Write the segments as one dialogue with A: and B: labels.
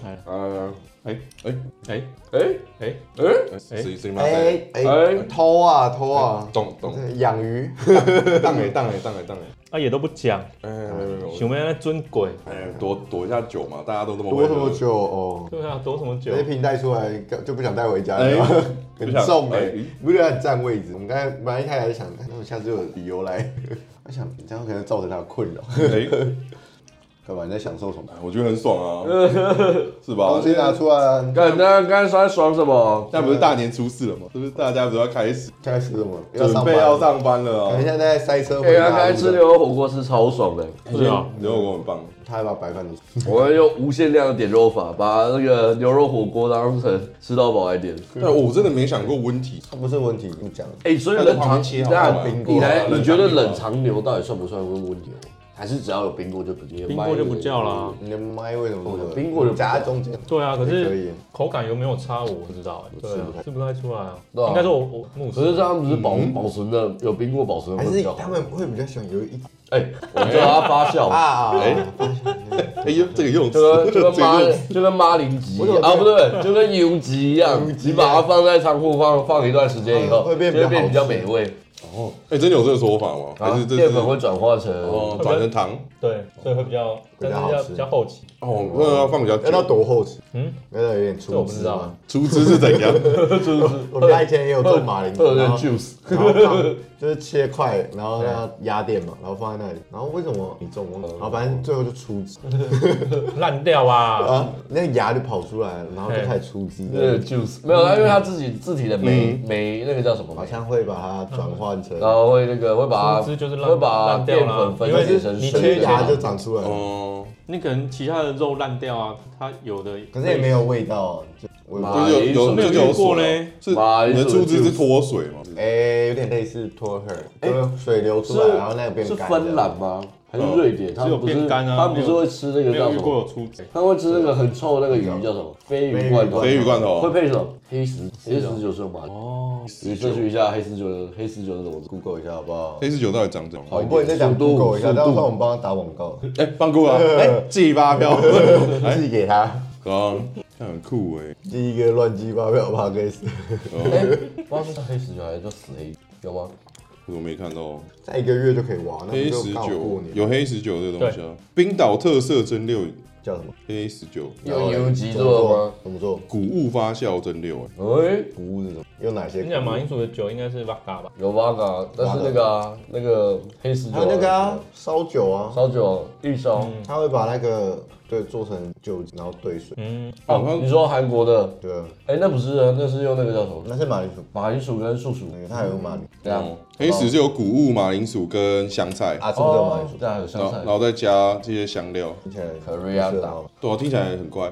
A: 係啦，
B: 誒
A: 誒
B: 誒
A: 誒誒，
B: 誒誒，
A: 哎
B: 四四萬
C: 哎哎，偷啊偷啊，
B: 懂懂，
C: 养鱼，
B: 當哎當哎當哎當哎，
A: 啊也都不讲，
B: 哎沒有沒有，
A: 想要那尊鬼，
B: 哎躲躲一下酒嘛，大家都這麼
C: 多
B: 會
C: 这么
B: 喝，
C: 久哦。
A: 对啊，躲什么酒
C: 这？些瓶带出来就不想带回家，
B: 哎
C: 对吧
B: 不
C: 很
B: 想
C: 重
B: 哎
C: 哎，不是很占位置。我们刚才本来一开始还想，哎那我下次有理由来， 我想这样可能造成他的困扰。
B: 哎，
C: 干嘛？你在享受什么？
B: 我覺得很爽啊，是吧
C: 东？西拿出来啊，
B: 刚刚刚才在爽什么？那不是大年初四了吗？是不是大家不是要开始
C: 开始什么？
B: 准
C: 上
B: 备
C: 班
B: 要，上班了
C: 可能
B: 哦？
C: 现在在塞车
D: 哎
C: 回
D: 呀，
C: 家
D: 刚才吃
C: 路
D: 牛
C: 上，
D: 油火锅吃超爽的，
A: 是啊，
B: 牛肉锅很棒，
C: 他还把白饭都吃，
D: 我们用无限量的点肉法，把那个牛肉火锅当成吃到饱来点。
B: 但我真的没想过温体，
C: 他不是问题，不讲。
D: 哎，所以
B: 那
D: 冷
B: 在旁边
D: 藏
B: 切好
D: 那
B: 了
C: 冰
D: 你
C: 过啊
D: 来，
B: 冷
D: 你觉得
B: 藏冰
D: 冷藏牛到底算不算温温牛？还是只要有冰过就不叫？
A: 冰锅就不叫啦、。
C: 你的麦为什么这么？
D: 冰棍儿
C: 夹在中间，
A: 哎对啊，可
C: 可以
A: 是口感有没有差我不知道哎、对、啊，吃不太出来啊。
D: 对啊
A: 应该说我我木
D: 可是
A: 吃，
D: 这样不是保保存的有冰过保存的
C: 还
D: 会
C: 是
D: 比较
C: 他
D: 好？
C: 们会比较喜欢有一
D: 哎，我叫它发酵
C: 啊
D: 啊，
C: 啊？啊
B: 哎哎呦，这个用词
D: 就， 跟就跟妈
B: 用词
D: 就跟妈灵吉
C: 我怎么
D: 啊，不对，就跟油吉一样，
C: 吉
D: 你把它放在仓库放放一段时间以后，
C: 嗯会变比
D: 就
C: 较
D: 会变比较
C: 好吃
D: 美味，
B: 哎，真的有这个说法吗？
D: 然
B: 还
D: 后
B: 是这
D: 淀
B: 是
D: 粉会转化成
B: 哦转成糖？
A: 对，所以会比较，但
C: 较
A: 是
C: 好
A: 要
C: 吃
A: 比较后期，
B: 哦，那要放比较
C: 要到
B: 久。
C: 多厚吃？
A: 嗯，
C: 要到有点
A: 这我
C: 粗
A: 不知
C: 制
A: 道
C: 吗
A: 啊？。
B: 厨师是怎样？
C: 我们家以前也有做马铃薯，
D: 会有那
C: 然
D: 个
C: 后
D: juice，
C: 然后放就是切块，然后让它压电嘛，然后放在那里。然后为什么你中风？然后反正最后就出汁
A: 烂掉啊，
C: 啊，那个芽就跑出来了，然后就开始出汁。
D: 那个 juice 没有，它因为它自己自体的酶酶那个叫什么
C: 好
D: 酶，
C: 像会把它转换成，
D: 然后会那个会把它
A: 树枝就是烂
D: 会把
A: 烂掉
D: 淀
A: 啦
D: 粉分
A: 因为
D: 解成
A: 你
D: 水
A: 切
C: 切
D: 分
C: 芽
A: 芽
C: 就长出来 了，
B: 哦，
A: 你可能其他的肉烂掉啊，它有的
C: 可是也没有味道，就我
B: 就
D: 马
B: 是有有
D: 没有
B: 这就有
A: 遇过
B: 水
A: 嘞
B: 了是
D: 马铃
B: 你的
D: 薯
B: 猪汁是
D: 就是
B: 脱水吗？
C: 哎，有点类似脱hơi，就是水流出来，然后那个变
D: 是
C: 干。
D: 芬兰吗？还是瑞典？他们不
A: 只
D: 是
A: 有变干啊
D: 他们不是会吃那个
A: 没有
D: 叫
A: 遇
D: 什
A: 过
D: 么？
A: 有出汁，
D: 他们会吃那个很臭的那个鱼叫什么？鲱鱼罐头。
B: 鲱鱼罐头啊
D: 会配什么？黑石黑石酒是用马铃哦，你搜寻一下黑石酒的黑石酒是怎么做？
C: ？Google 一下好不好？
B: 黑石酒到底长怎样？
C: 我不能再讲
D: 速度
C: Google 一下，
D: 速度
C: 到时候我们帮他打广告，
B: 哎，放过啊！哎，寄发 票，
C: 自己给他。
B: 刚看啊很酷哎。
C: 第一个乱七八糟 p o d c
D: 哎，不知道是叫黑石酒还是叫死黑酒，有吗？
B: 我都没看到
C: 在一个月就可以挖，那
B: 黑
C: 不就
B: 石
C: 刚好过
B: 酒，
C: 年？
B: 有黑石酒这个东西啊。冰岛特色蒸馏
C: 叫什么？
B: 黑石酒，
D: 用油鸡做
C: 怎么做？
B: 谷物发酵蒸馏哎，
D: 的吗？哎，
C: 谷物是什么？有哪些
A: 你？讲马铃薯的酒应该是 v 嘎吧？
D: 有 v o d 但是那个啊，那个黑石酒
C: 还
D: 啊
C: 有那个啊，嗯烧酒啊，
D: 烧酒玉烧。
A: 嗯
C: 他会把那个对做成酒，然后兑水。
A: 嗯，
D: 哦，你说韩国的？
C: 对啊，
D: 哎，那不是啊，那是用那个叫什么？
C: 那是马铃薯，
D: 马铃薯跟树薯。
C: 那个它有马铃
A: 哦
D: 对啊，
B: 哦黑石就有谷物、马铃薯跟香菜，
C: 嗯啊，是不是有马铃
D: 哦
C: 薯，？
D: 这还有香
B: 然后
D: 菜
B: 然。后再加这些香料，
C: 听起来不是很
D: Korea
A: 哦
C: 好
B: 对啊，听起来很怪。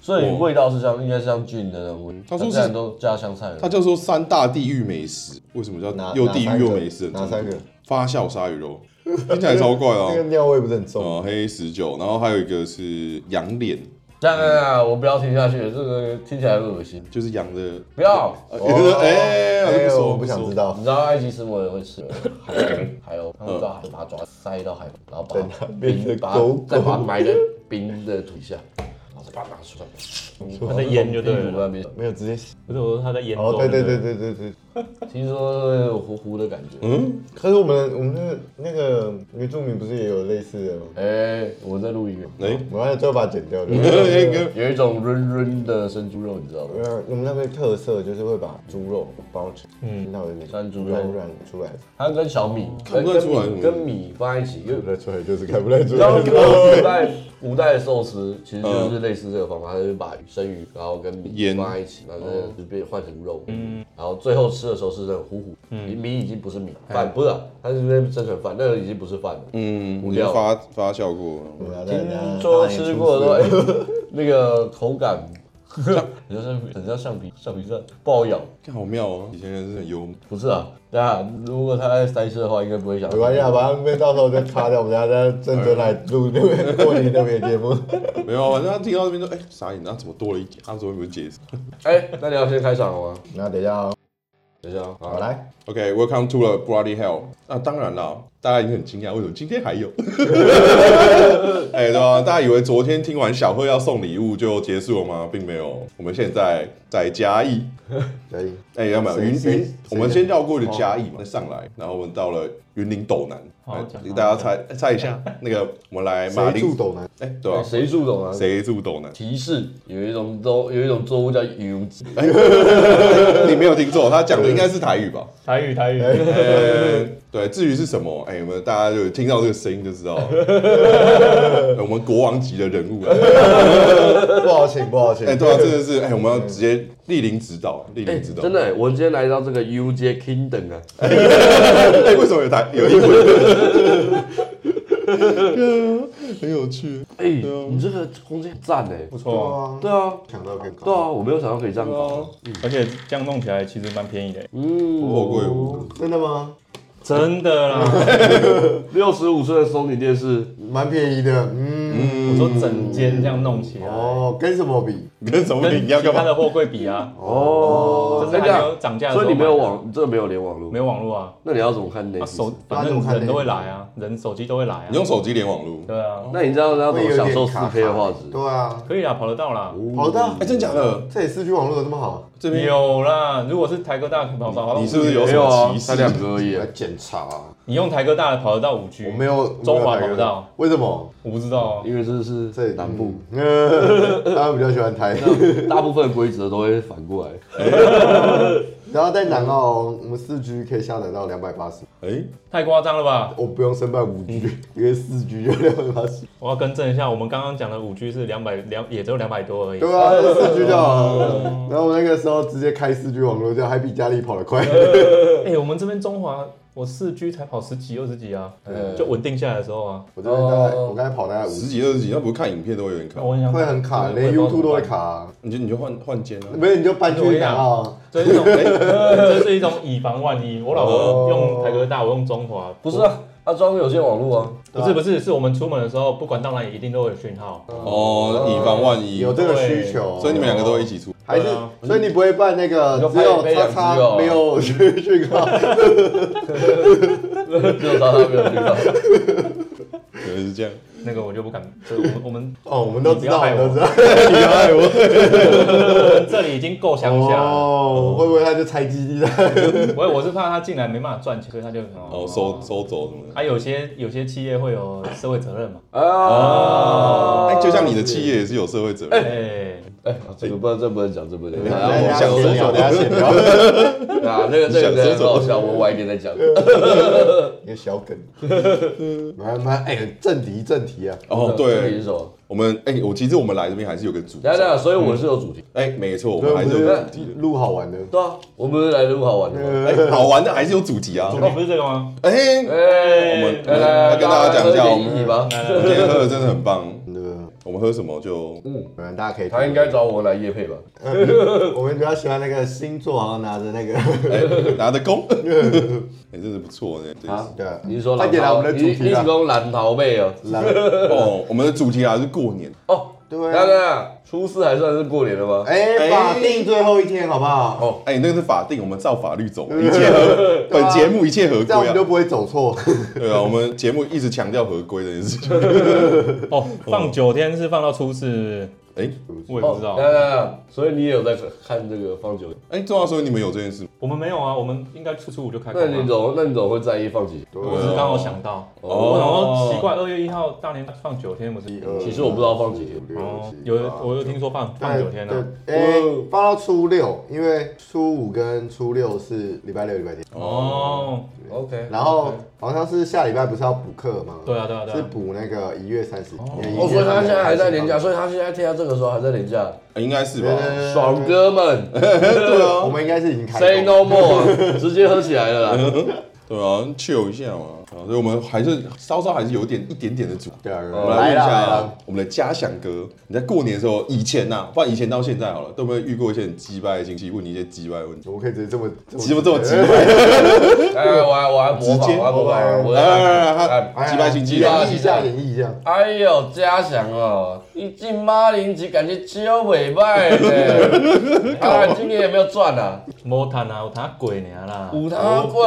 D: 所以味道是像，应该是像菌的味。
C: 嗯
B: 他说是
D: 既然都加香菜了
B: 它，叫做三大地狱美食，为什么
C: 哪
B: 叫又地狱又美食？
C: 哪三个哪三个？
B: 发酵鲨鱼肉，听起来超怪
C: 那
B: 啊！
C: 个尿味不是很重，
B: 哦，黑石酒，然后还有一个是羊脸，
D: 当然啊，我不要听下去，这个听起来很恶心。
B: 就是羊的，
D: 不要，
B: 呃 哎，
C: 哎
B: 不
C: 呦，
B: 说
C: 我不想知，道
D: 你。知道埃及什么人会吃海鸥？海鸥，他们到海把它抓塞到海，然后把它
C: 变成
D: 冰把
C: 狗狗
D: 它再把它埋在冰的土下，然后再把它拿出来，
A: 它在腌就对
D: 冰湖那
A: 了，
D: 边。
C: 没有直接洗
A: 不是我说它在腌
C: 哦，
A: 肉，
C: 对对对
A: 不，
C: 对对对。
D: 听说有糊糊的感觉。
B: 嗯
C: 可是我们我们那个那个原住民不是也有类似的吗？
D: 哎，我在录音，
B: 哎，
C: 我要最后把它剪掉。对不
B: 哎
C: 对
B: 哥，
D: 有一种润润的生猪肉，你知道吗？
C: 呃，我们那边特色就是会把猪肉包起来，嗯，那有点
D: 酸猪肉
C: 软软出来，
D: 它跟小米
B: 看不太出来
D: 跟米跟米放在一起，因为
C: 看不出来就是看不太出
D: 然后古代古代的寿司其实就是类似这个方法，它就是把生鱼然后跟米
B: 腌
D: 放在一起，然后就变换成肉，嗯，然后最后吃的时候是那种糊糊，米已经不是米饭，不是啊，它是那边蒸成饭，那个已经不是饭了。
B: 嗯，
D: 糊
B: 你
D: 掉
B: 就发发酵过，
D: 听说吃过 说，哎，那个口感。 很像很像橡皮橡皮扇，不好咬。
B: 看好妙哦，以前人是很幽默，
D: 不是啊，那如果它在塞车的话，应该不会想
C: 没。关系啊，把那边到时候再擦掉，我们大家认真来录那边过年那边节 目。
B: 没有，啊反正他听到这边说，哎，傻眼，那怎么多了一节？他怎么没有解释
D: 哎，那你要先开场了吗？
C: 那等一下哦，
D: 等一下啊，
C: 好来，
B: ？OK，Welcome to the bloody hell。那当然啦，大家已经很惊讶，为什么今天还有？ 哎，对吧、大家以为昨天听完小贺要送礼物就结束了吗？并没有，我们现在在嘉义。
C: 可以。
B: 哎、有没有
C: 谁
B: 云
C: 谁
B: 云
C: 谁？哦
B: 我们先绕过去嘉义嘛，再上来，然后我们到了云林斗南。
A: 好
B: 哎
A: 讲
B: 大家猜猜一下，那个我们来马
C: 哦谁住
B: 林，
C: 斗南？
B: 哎、对吧、
D: 谁住懂啊？
B: 谁住斗南？
D: 提示有一种都有一种作物叫油脂，
B: 你没有听错，他讲的应该是台语吧？
A: 台语台语，
B: 呃，对，至于是什么，哎、我们大家就听到这个声音就知道了， 哎我们国王级的人物啊，
C: 不好请，不好请
B: 哎、。对啊，真的是，哎、我们要直接莅临指导，莅
D: 哎、
B: 临指导，
D: 真的、欸，我今天来到这个 U J Kingdom 啊，
B: 哎、为什么有台有英文？ 很有趣，
D: 哎、
C: 啊
D: 你这个空间赞哎，
A: 不
C: 对
A: 错，
C: 啊，
D: 对啊，
C: 想到更高。
D: 对啊，我没有想到可以这样
C: 啊
D: 搞，
B: 哦，
A: 而且这样弄起来其实蛮便宜的，
D: 嗯，
B: 好贵哦，
C: 真的吗？
A: 真的 啦。
D: 六十五寸的索尼电视，
C: 蛮便宜的，嗯，
A: 我说整间这样弄起来，
C: 哦，跟什么比？
B: 跟什么
A: 跟
B: 一
A: 其
B: 样干
A: 他
B: 嘛？
A: 的货柜比啊，
D: 哦
A: 这是还没有涨价的时
D: 所
A: 候
D: 以你没
A: 买
D: 有
A: 的啊
D: 网，你这个没有连网络，
A: 没有网络啊，
D: 那你要怎么看
A: 啊
D: Netflix？
A: 手反正人都会来啊，人手机都会来啊
B: 你。用手机连网络？
A: 对啊，
D: 那你知道要怎
C: 会
D: 么
C: 有
D: 享
C: 点
D: 受
C: 卡
D: 4
C: 卡
D: K 的画质？
C: 对啊，
A: 可以啊，跑得到啦。
C: 好的，
B: 哎、真假的？
C: 这里市区网络有这么好？
B: 这边
A: 有啦，如果是台哥大跑跑，
B: 你是不是有
D: 没
B: 什
D: 有啊
B: 么歧，视？
D: 才两个而已
C: 来
D: 啊。
C: 检查啊，
A: 你用台哥大的跑得到五 G？
C: 我没有
A: 中华跑
C: 没有
A: 不
C: 那个
A: 到，
C: 为什么？
A: 我不知道啊。
D: 因为这是
C: 这里
D: 南部，，
C: 嗯 大家比较喜欢台。
D: 大部分规则都会反过来。
C: 然后在南澳，我们四 G 可以下载到两百八十，
B: 哎、
A: 太夸张了吧！
C: 我不用申办五 G，因为四 G 就两百 八十。
A: 我要更正一下，我们刚刚讲的五 G 是两百两，也只有两百多而已。
C: 对啊，四 G 就好了。然后我那个时候直接开四 G 网络，就还比家里跑得快。
A: 哎、我们这边中华，我四 G 才跑十几、二十几啊，
D: 嗯
A: 就稳定下来的时候啊，
C: 我这边大概，我刚才跑大概五
B: 十
C: 十，
B: 几二十几，那不是看影片都会有点卡
A: 那。我很想
C: 会很卡，
A: 我也不
C: 连
A: 知道怎么
C: YouTube 都会
A: 办。
C: 卡啊。
B: 你就你就换换肩啊。
C: 不是你就搬去南澳。啊
A: 这是一种，哎这是一种以防万一。我老婆用台哥大，我用中华，
D: 不是啊，他装有线网络啊。
A: 不是不是，是我们出门的时候，不管到哪里一定都会有讯号。
B: 哦，以防万一。
C: 有这个需求，
B: 所以你们两个都会一起出。
C: 还是
A: 对啊，
C: 所以你不会办那个
D: 你就
C: 只有叉
D: 拍拍两只
C: 叉
D: 哦
C: 没有 讯讯号，
D: 只有他他没有听到。
B: 原来是这样。
A: 那个我就不敢，这我们我们
C: 哦，我们都知
A: 你
C: 道，
A: 不要
C: 我
A: 害
C: 们
A: 我
C: 都知道。
B: 你爱我。
A: 我们这里已经够乡下了。
C: 哦，会不会他就拆基地了？
A: 我我是怕他进来没办法赚钱，所以他就
B: 哦，收收走什么的。
A: 啊，有些有些企业会有社会责任嘛。
D: 啊，
B: 哎，就像你的企业也是有社会责
A: 哎、
B: 任。
D: 哎，这个不能，这不能讲，这不能讲。
B: 哎我想
C: 等一下
B: 说
C: 等一下闲聊，
D: 啊，那个那个很好笑，我晚一点再讲。
C: 一个小梗。 蛮蛮哎，正题正题啊，
B: 哦，
D: 是啊
B: 对，
D: 什么？
B: 我们哎，我其实我们来这边还是有个主题
D: 等。下，所以我是有主题。
B: 哎，没错，我
C: 所以
B: 们
C: 我
B: 还
C: 们
B: 是有主
C: 就
B: 题
C: 是录好玩的。
D: 对啊，我们来录好玩的。
B: 的。哎，好玩的还是有主题啊。
A: 主题不是这个吗？
B: 哎，
D: 哎，来来，
A: 来
D: 议题吧。
B: 今
A: 来来，
B: 天喝的真的很棒。
C: 对不对，
B: 我们喝什么就
C: 可能大家可以。
D: 他应该，找我来夜配吧？
C: 我们比较喜欢那个星座，然后拿着那个，
B: 哎拿着弓。哎，真的不错呢。真是
C: 对，
D: 你是说
C: 快
D: 蓝
C: 点来我
D: 桃，
C: 们的
D: 你
C: 主
D: 你
C: 题
D: 是
C: 啦。
D: 讲蓝桃妹哦？
B: 哦，我们的主题啊是过年。
D: 哦，
C: 对
D: 等
C: 啊，
D: 等，初四还算是过年了吗？
C: 哎，
B: 哎
C: 法定最后一天好不好？
B: 哎、那个是法定，我们照法律走，一切合。
C: 对
B: 本
C: 啊
B: 节目一切合
C: 这
B: 规
C: 样我们就
B: 啊。
C: 不会走错。
B: 对啊，我们节目一直强调合规这件事情。
A: 哦，放九天是放到初四，
B: 哎、
A: 我也不
D: 哦，
A: 知道。
D: 等等，所以你也有在看这个放酒？
B: 哎，重要说你们有这件事吗？
A: 我们没有啊，我们应该初初五就开工
D: 那你
A: 了。
D: 怎么那你怎么会在意放几？
A: 我是刚好想到，
B: 哦
A: 我想说奇怪，二月一号大年放九天不是？
D: 其实我不知道放几天。
A: 哦，有我有听说放放九天啊了。
C: 啊对，哎、放到初六，因为初五跟初六是礼拜六、礼拜天，
A: 哦，
D: OK，
C: 然后好像是下礼拜不是要补课吗？
A: 对啊对啊对啊
C: 是补那个一月三十。
D: 哦，所以他现在还在年假，所以他现在听到这个时候还在年假。
B: 哎应该是吧。
C: 对
D: 爽哥们
C: 对啊，我们应该是已经开
D: ，Say
C: 工了。
D: no more，直接喝起来了啦。
B: 对啊，chill 一下嘛。啊，所以我们还是稍稍还是有点一点点的主题。
C: 对啊，对啊
B: 我们来问
C: 来
B: 一
C: 啦来
B: 下
C: 啦，
B: 我们的嘉祥哥，你在过年的时候，以前呐、啊，不然以前到现在好了，都有没有遇过一些很鸡掰的亲戚问你一些鸡掰的问题？
C: 我可以直接这么这
B: 鸡不这么鸡掰？
D: 哎，我还我还模
B: 直接
D: 仿，我还模仿，我
B: 来来来来，
D: 哎
B: 他鸡掰亲戚
C: 演
B: 啊
D: 哎，
C: 绎一下，演绎一下。
D: 哎呦，嘉祥哦，一进马林级感觉超袂歹呢。看来今年有没有赚啊？
A: 没谈啊，有谈鬼娘啦。
D: 有他贵，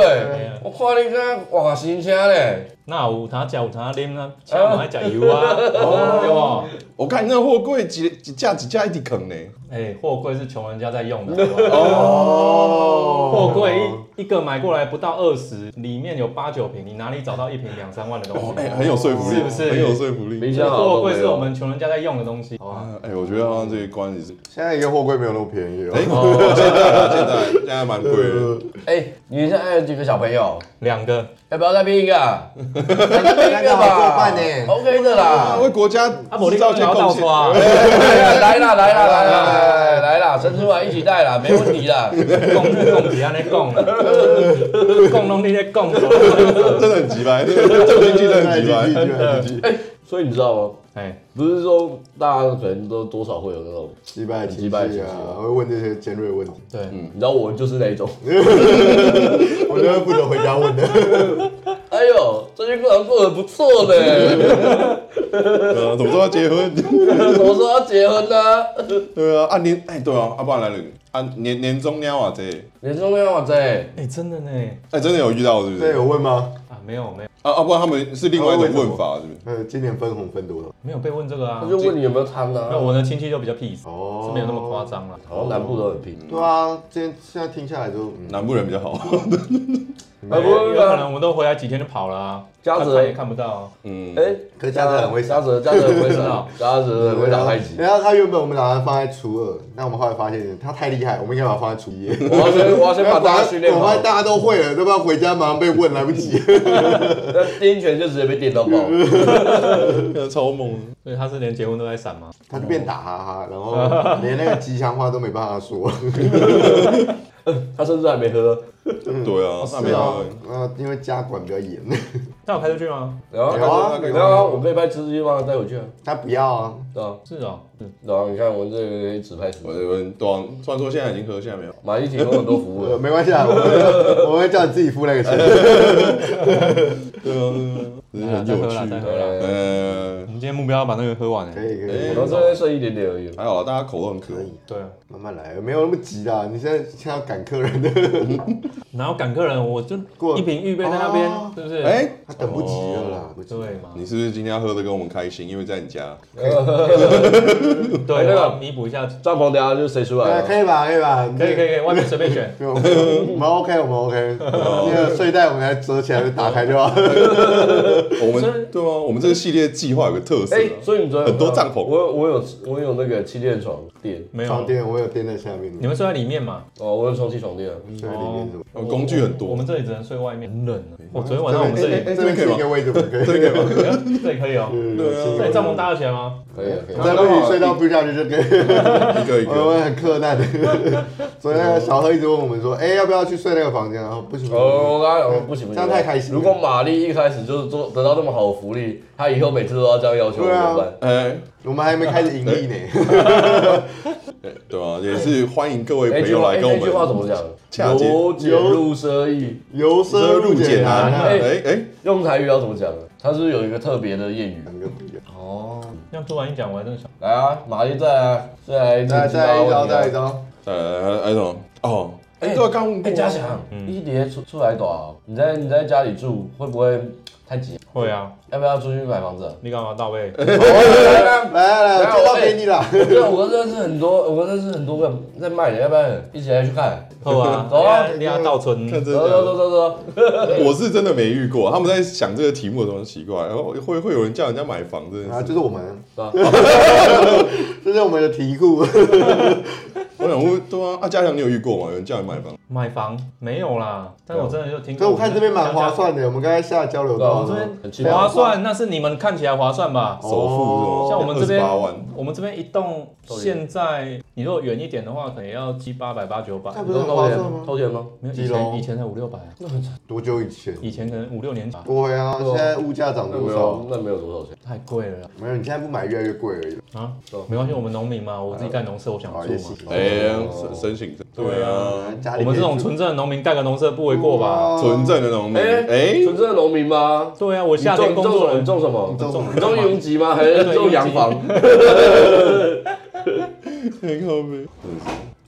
D: 我看你敢哇，心情车嘞，
A: 那有他食有他啉啊，车嘛爱食油啊，哦，
B: 我看你那货柜几几架几架一直坑呢。
A: 对不？哎，货柜是穷人家在用的，好不好
B: 哦，
A: 货柜一一个买过来不到二十，里面有八九瓶，你哪里找到一瓶两三万的东
B: 哦，
A: 西？
B: 哎，很有说服力，
A: 是不是
B: 很有说服力。
D: 冰箱好
A: 货
D: 都没
A: 柜
D: 有
A: 是我们穷人家在用的东西，好吧？
B: 啊哎，我觉得好像这个关系是，
C: 现在一个货柜没有那么便宜
B: 哎，
C: 哦。
B: 现在现在现在蛮贵的。
D: 哎，你现在有几个小朋友？
A: 两个，
D: 要不要再编一个啊？
C: 那个好作伴呢，
D: OK 的
B: 啊，
D: 啦，
B: 为国家
A: 啊，我
B: 制
A: 你到
B: 造一
A: 底
B: 些
A: 要倒
B: 贡献
A: 错。啊？
D: 来啦来啦来啦来啦来啦，陈春晚一起带 啦，没问题啦。
A: 讲讲是安尼讲啦， 讲拢你咧讲，
B: 真的很急 掰，这个经济真的很急
C: 真的
B: 掰
C: 很急，
D: 哎，所以你知道吗？
A: 哎，
D: 不是说大家可能都多少会有那种，
C: 击败情
D: 击败
C: 绪
D: 情绪
C: 啊
D: 啊，
C: 会问这些尖锐问题，
A: 对，
D: 你知道我就是那一种。
C: 我觉得不能回家问的。
D: 哎呦，最近过得过得不错 呢，
B: 呃，怎么说要结婚？
D: 什么时候要结婚呢、
B: 对啊，按年哎，对啊，啊不然来了，按年年终鸟啊这，
D: 年终要这，
A: 哎，真的呢，
B: 哎真的有遇到是不
C: 这
B: 是
C: 有？问吗？
A: 啊，没有没有
B: 啊啊，不然他们是另外一种问法，是不是？
C: 呃，今年分红分多少？
A: 没有被问这个啊
D: 他，就问你有没有贪呢、
A: 那
D: 啊？
A: 我的亲戚就比较 peace，
C: 哦
A: 是没有那么夸张啦。
D: 好像南部都很拼，
C: 对啊，今天现在听下来就，嗯
B: 南部人比较好， 哦
D: 哎不
A: 有
D: 会
A: 可能
D: 吧？
A: 我们都回来几天就跑了啊，
D: 嘉
A: 看
D: 泽
A: 看也看不到啊。
B: 嗯，
D: 哎，
C: 可是嘉泽很会
D: 嘉泽，嘉泽很会 打，嘉泽很会打太 极。
C: 然后他原本我们打算放在初二，但我们后来发现他太厉害，我们应该把它放在初一。
D: 我要先，我要先把大家训练
C: 我发
D: 好
C: 现。大家都会了，对吧？回家马上被问，来不及。
D: 那第一拳就直接被电到爆，
B: 超猛，
A: 所以他是连结婚都在闪吗？
C: 他就变打哈哈，然后连那个吉祥话都没办法说。
D: 他甚至还没喝。
B: 对啊，那没
C: 是啊
B: 有，，
C: 呃，因为家管比较严，
A: 他有开出去吗？
D: 然后
C: 有啊
D: 他就，然后我可以拍吃鸡帮他带回去啊，
C: 他不要啊。
D: 对啊。
A: 是哦，嗯
D: 然后你看我这个纸牌组
B: 我，这边对啊，虽然说现在已经喝，现在没有，
D: 马一提供很多服务
C: 呃，
D: 了。
C: 没关系啊，我 会我会叫你自己付那个
A: 哎
C: 钱。
A: 来啦再
B: 对啊，只是 很有
A: 喝啦，
B: 趣
A: 再，喝啦。
B: 呃
A: 我，们今天目标要把那个喝完欸
C: 可
A: 诶。
C: 以可以
D: 我
B: 哎，
D: 到这边剩一点点而已。啊
B: 还好啦，啊大家口都很渴，
A: 对啊，
C: 慢慢来，没有那么急啦。你现在现在要赶客人 的，
A: 然后赶客人，我就
C: 过
A: 一瓶预备在那边
C: 哦，
A: 是不是？
B: 哎，
C: 他等不及了啦，不急
A: 哦对嘛？
B: 你是不是今天要喝的跟我们开心？因为在你家，哎
A: 对，那
D: 那个
A: 个弥补一下。
D: 帐篷等下就谁出来
C: 对，
D: 了？
C: 哎
D: 哎
C: 可以吧？可以吧？
A: 可以可以可以，外面随便选。
C: 没有，没有我们 OK，我们 OK。那
A: 哦
C: 个睡袋我们来折起来就打开就好。
B: 我们对啊，我们这个系列计划有个特色啊，
D: 哎，所以你昨天有
B: 很多帐篷
D: 我有我有我有那个气垫床垫
A: 没有
C: 床，垫我有垫在下面，
A: 你们睡在里面嘛？
D: 哦，我有充气床垫啊，
C: 睡在里面是吧？
B: 我们哦工具很
A: 我
B: 多
A: 们，这里只能睡外面，很冷啊。我昨天晚上我们这
B: 哎哎
A: 里，
B: 哎
C: 这边是一个位置，我们可以。嗯
B: 这个可以吗？
A: 这里可以哦。
C: 对
A: 那你帐篷搭得起来吗？
D: 可以啊可以啊。
C: 我在那里睡到不下去就可以，
B: 一个一
C: 我
B: 个。
C: 们很困难。 昨天那个小何一直问我们说，哎，要不要去睡那个房间？然后不行，
D: 哦，那哦不行不行，
C: 这样太开心了
D: 如果玛丽一开始就是做得到那么好的福利，她以后每次都要这样要求我
C: 对
D: 怎
C: 啊
D: 么办？
B: 哎，
C: 我们还没开始盈利呢。
B: 对啊，也是欢迎各位
D: 那
B: 朋
D: 句
B: 友
D: 话
B: 来
D: 哎
B: 跟
D: 那句话
B: 我
D: 怎
B: 们
D: 么讲？
B: 洽接
D: 由俭入奢易，
C: 由奢入俭难啊，
D: 哎
B: 哎哎，
D: 用台语要怎么讲啊？它是不是有一个特别的谚语。
C: 两个不一样。
D: 哦，
A: 那突然一讲，我还真的想，
D: 来啊，玛丽再来啊，再来一啊
C: 再
D: 再
C: 再一招，再一。招。
B: 呃，还还有什么？哦，哎，
D: 哎
B: 对啊，刚问过
D: 哎，嘉祥，一叠出出来多啊？你在你在家里住会不会太挤？
A: 会啊，
D: 要不要出去买房子啊？
A: 你干嘛到位？
D: 来啊
C: 来来来，这招给你了。
D: 对，我认识很多，我认识很多个在卖的，要不然一起来去看。
A: 好 啊，
D: 走啊
A: 你要倒存，
B: 看真
D: 走
B: 的
D: 走，走走走，
B: 我是真的没遇过。他们在想这个题目的时候很奇怪，然后会会有人叫人家买房，真
C: 啊，
B: 的。
C: 就是是我们，
D: 啊
C: 这是我们的题库。
B: 我想问，对啊，啊，嘉祥，你有遇过吗？有人叫你买房？
A: 买房没有啦，但我真的就
D: 啊
A: 听。
C: 所以我看这边蛮划，算的，我们刚才下交流道，
D: 对我这
A: 这边划算，那是你们看起来划算吧？
B: 首付
C: 哦
B: 是
A: 像我们这边哦
B: 八万，，
A: 我们这边一栋，现在你如果远一点的话，可能要七八百、八九百
C: 那，不
D: 你
C: 是
D: 说
C: 很划
D: 偷
C: 算啊
D: 钱
C: 吗？
D: 偷钱吗？
A: 没有
C: 几
A: 以
C: 楼
A: 前以前才五六百啊，
C: 多久以前？
A: 以前可能五六年前吧
C: 对啊，
D: 对啊
C: 现在物价涨
D: 那
C: 多
D: 没
C: 少？
D: 有，那没有多少钱。
A: 太贵了啦
C: 没有，你现在不买越来越贵而已。
A: 啊
D: 对，
A: 没关系，我们农民嘛，我自己干农舍，我想
C: 好
A: 住
C: 也
A: 嘛
C: 行。，
B: 哎，申申请，对啊，
C: 家里
A: 我们这种
C: 面积
A: 纯正的农民盖个农舍不为过吧？
D: 哦
C: 哇
B: 纯正的农民，
D: 哎，
B: 哎，
D: 纯正的农民吗？
A: 对啊，我
D: 你
A: 夏
D: 种
A: 天
D: 你
A: 工
D: 种
A: 作
D: 什么？
A: 人
D: 你种什么？
C: 你种什么
D: 你种拥挤 吗？还是种洋房？
B: 很靠背，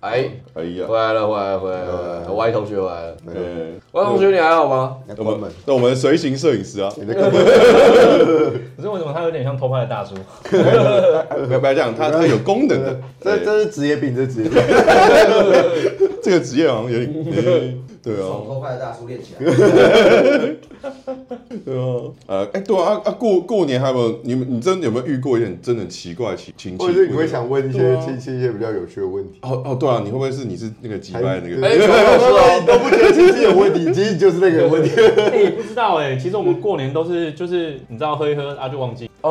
D: 哎，
B: 哎呀，
D: 回来了，回来了，回来了，Y 同学回来了。
C: 那个
B: 对，
D: Y 同学，你还好吗？
C: 那
B: 哎我
C: 关门
B: 们，对我们随行摄影师啊，
C: 你那关门，
A: 可是为什么他有点像偷拍的大叔？
B: 不要不要这样，他呃他有功能的，
C: 这
B: 对
C: 这是职业病，这是职 业病。
B: 哎这个职业好像有点，有点对啊
E: 从，偷拍的大叔练起来。
B: 对啊，呃，哎，对啊，啊啊过过年还有没有？你们你真的有没有遇过一点真的奇怪亲亲戚？
C: 或者你会想问一
B: 对
C: 些
B: 啊
C: 亲戚一些比较有趣的问题。
B: 哦哦，对啊，你会不会是你是那个击
C: 还
B: 败那个？
C: 对
D: 哎
C: 你 都不觉得亲戚有问题，其实就是那个有问题。
A: 哎、不知道哎、其实我们过年都是就是你知道喝一喝啊就忘记，你知道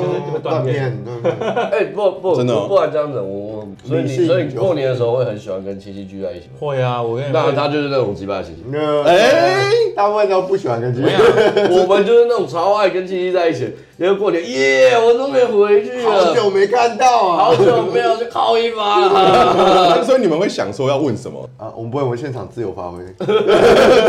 A: 吗？就是这个断片。
C: 面，断面
D: 哎，不不，
B: 真的哦
D: 不然这样子，我我所以
C: 理
D: 你
C: 性
D: 所以你过年的时候会很喜欢跟亲戚聚在一起吗？
A: 会啊，我跟你
D: 那
A: 说，
D: 他就是那种鸡巴的亲戚，
C: 那
B: 哎
C: 大部分都不喜欢跟亲戚。
D: 我们就是那种超爱跟亲戚在一起，然后过年耶，我终于回去
C: 好
D: 了，
C: 久没看到啊！
D: 好久没有去靠一发了。
B: 所以你们会想说要问什么？
C: 啊，我们不会，我们现场自由发 挥。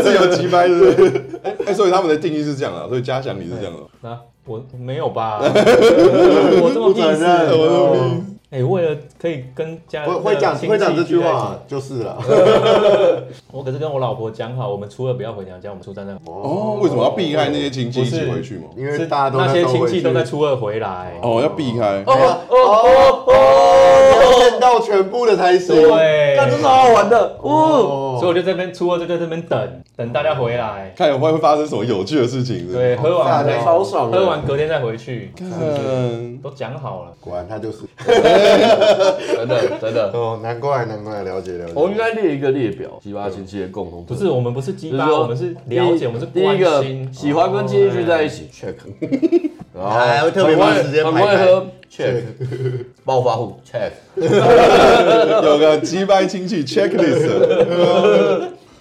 B: 自由击败是不是？哎、所以他们的定义是这样的，啊所以嘉祥你是这样的。
A: 啊，我没有 吧？我这么
C: 不
A: 屁
C: 承
A: 事？
C: 认
A: 哎、
C: 哦
A: 为了可以跟家
C: 会会讲
A: 那个亲戚
C: 会讲这句
A: 聚在一起
C: 话就是了。
A: 我可是跟我老婆讲好，我们初二不要回娘家，我们初三再回。
B: 哦，为什么要避开那些亲戚
A: 不
B: 一
A: 是
B: 起回去吗？
C: 因为大家都
A: 那些
C: 时候
A: 亲
C: 回
A: 戚
C: 去
A: 都在初二回来。
B: 哦，要避开。
D: 哦哦哦
C: 要
D: 哦
C: 见到全部的才行。
A: 对，
D: 那这是好好玩的 哦。
C: 哦
A: 所以我就在那边初二就在这边等等大家回来，
B: 看有会会发生什么有趣的事情是不是
A: 对，，喝
C: 大
A: 完
C: 家
A: 再
C: 超爽的
A: 喝完隔天再回去，
B: 看
A: 都讲好了。
C: 果然他就是
D: 真的真的，
C: 哦，难怪难怪，了解了解。
D: 我应该列一个列表，鸡巴亲戚的共同
A: 不
D: 特征
A: 是，我们不是鸡
D: 哦就是
A: 巴，
D: 说
A: 我们是了解，我们是
D: 第一
A: 关
D: 个
A: 心。哦
D: 喜欢跟亲戚聚在一起，check。然
C: 哎
D: 后
C: 我特别把时间
D: 很
C: 排
D: 会
C: 开
D: 很会喝
C: 确
D: ，check。暴发户，check。
B: 有个击败亲戚 checklist，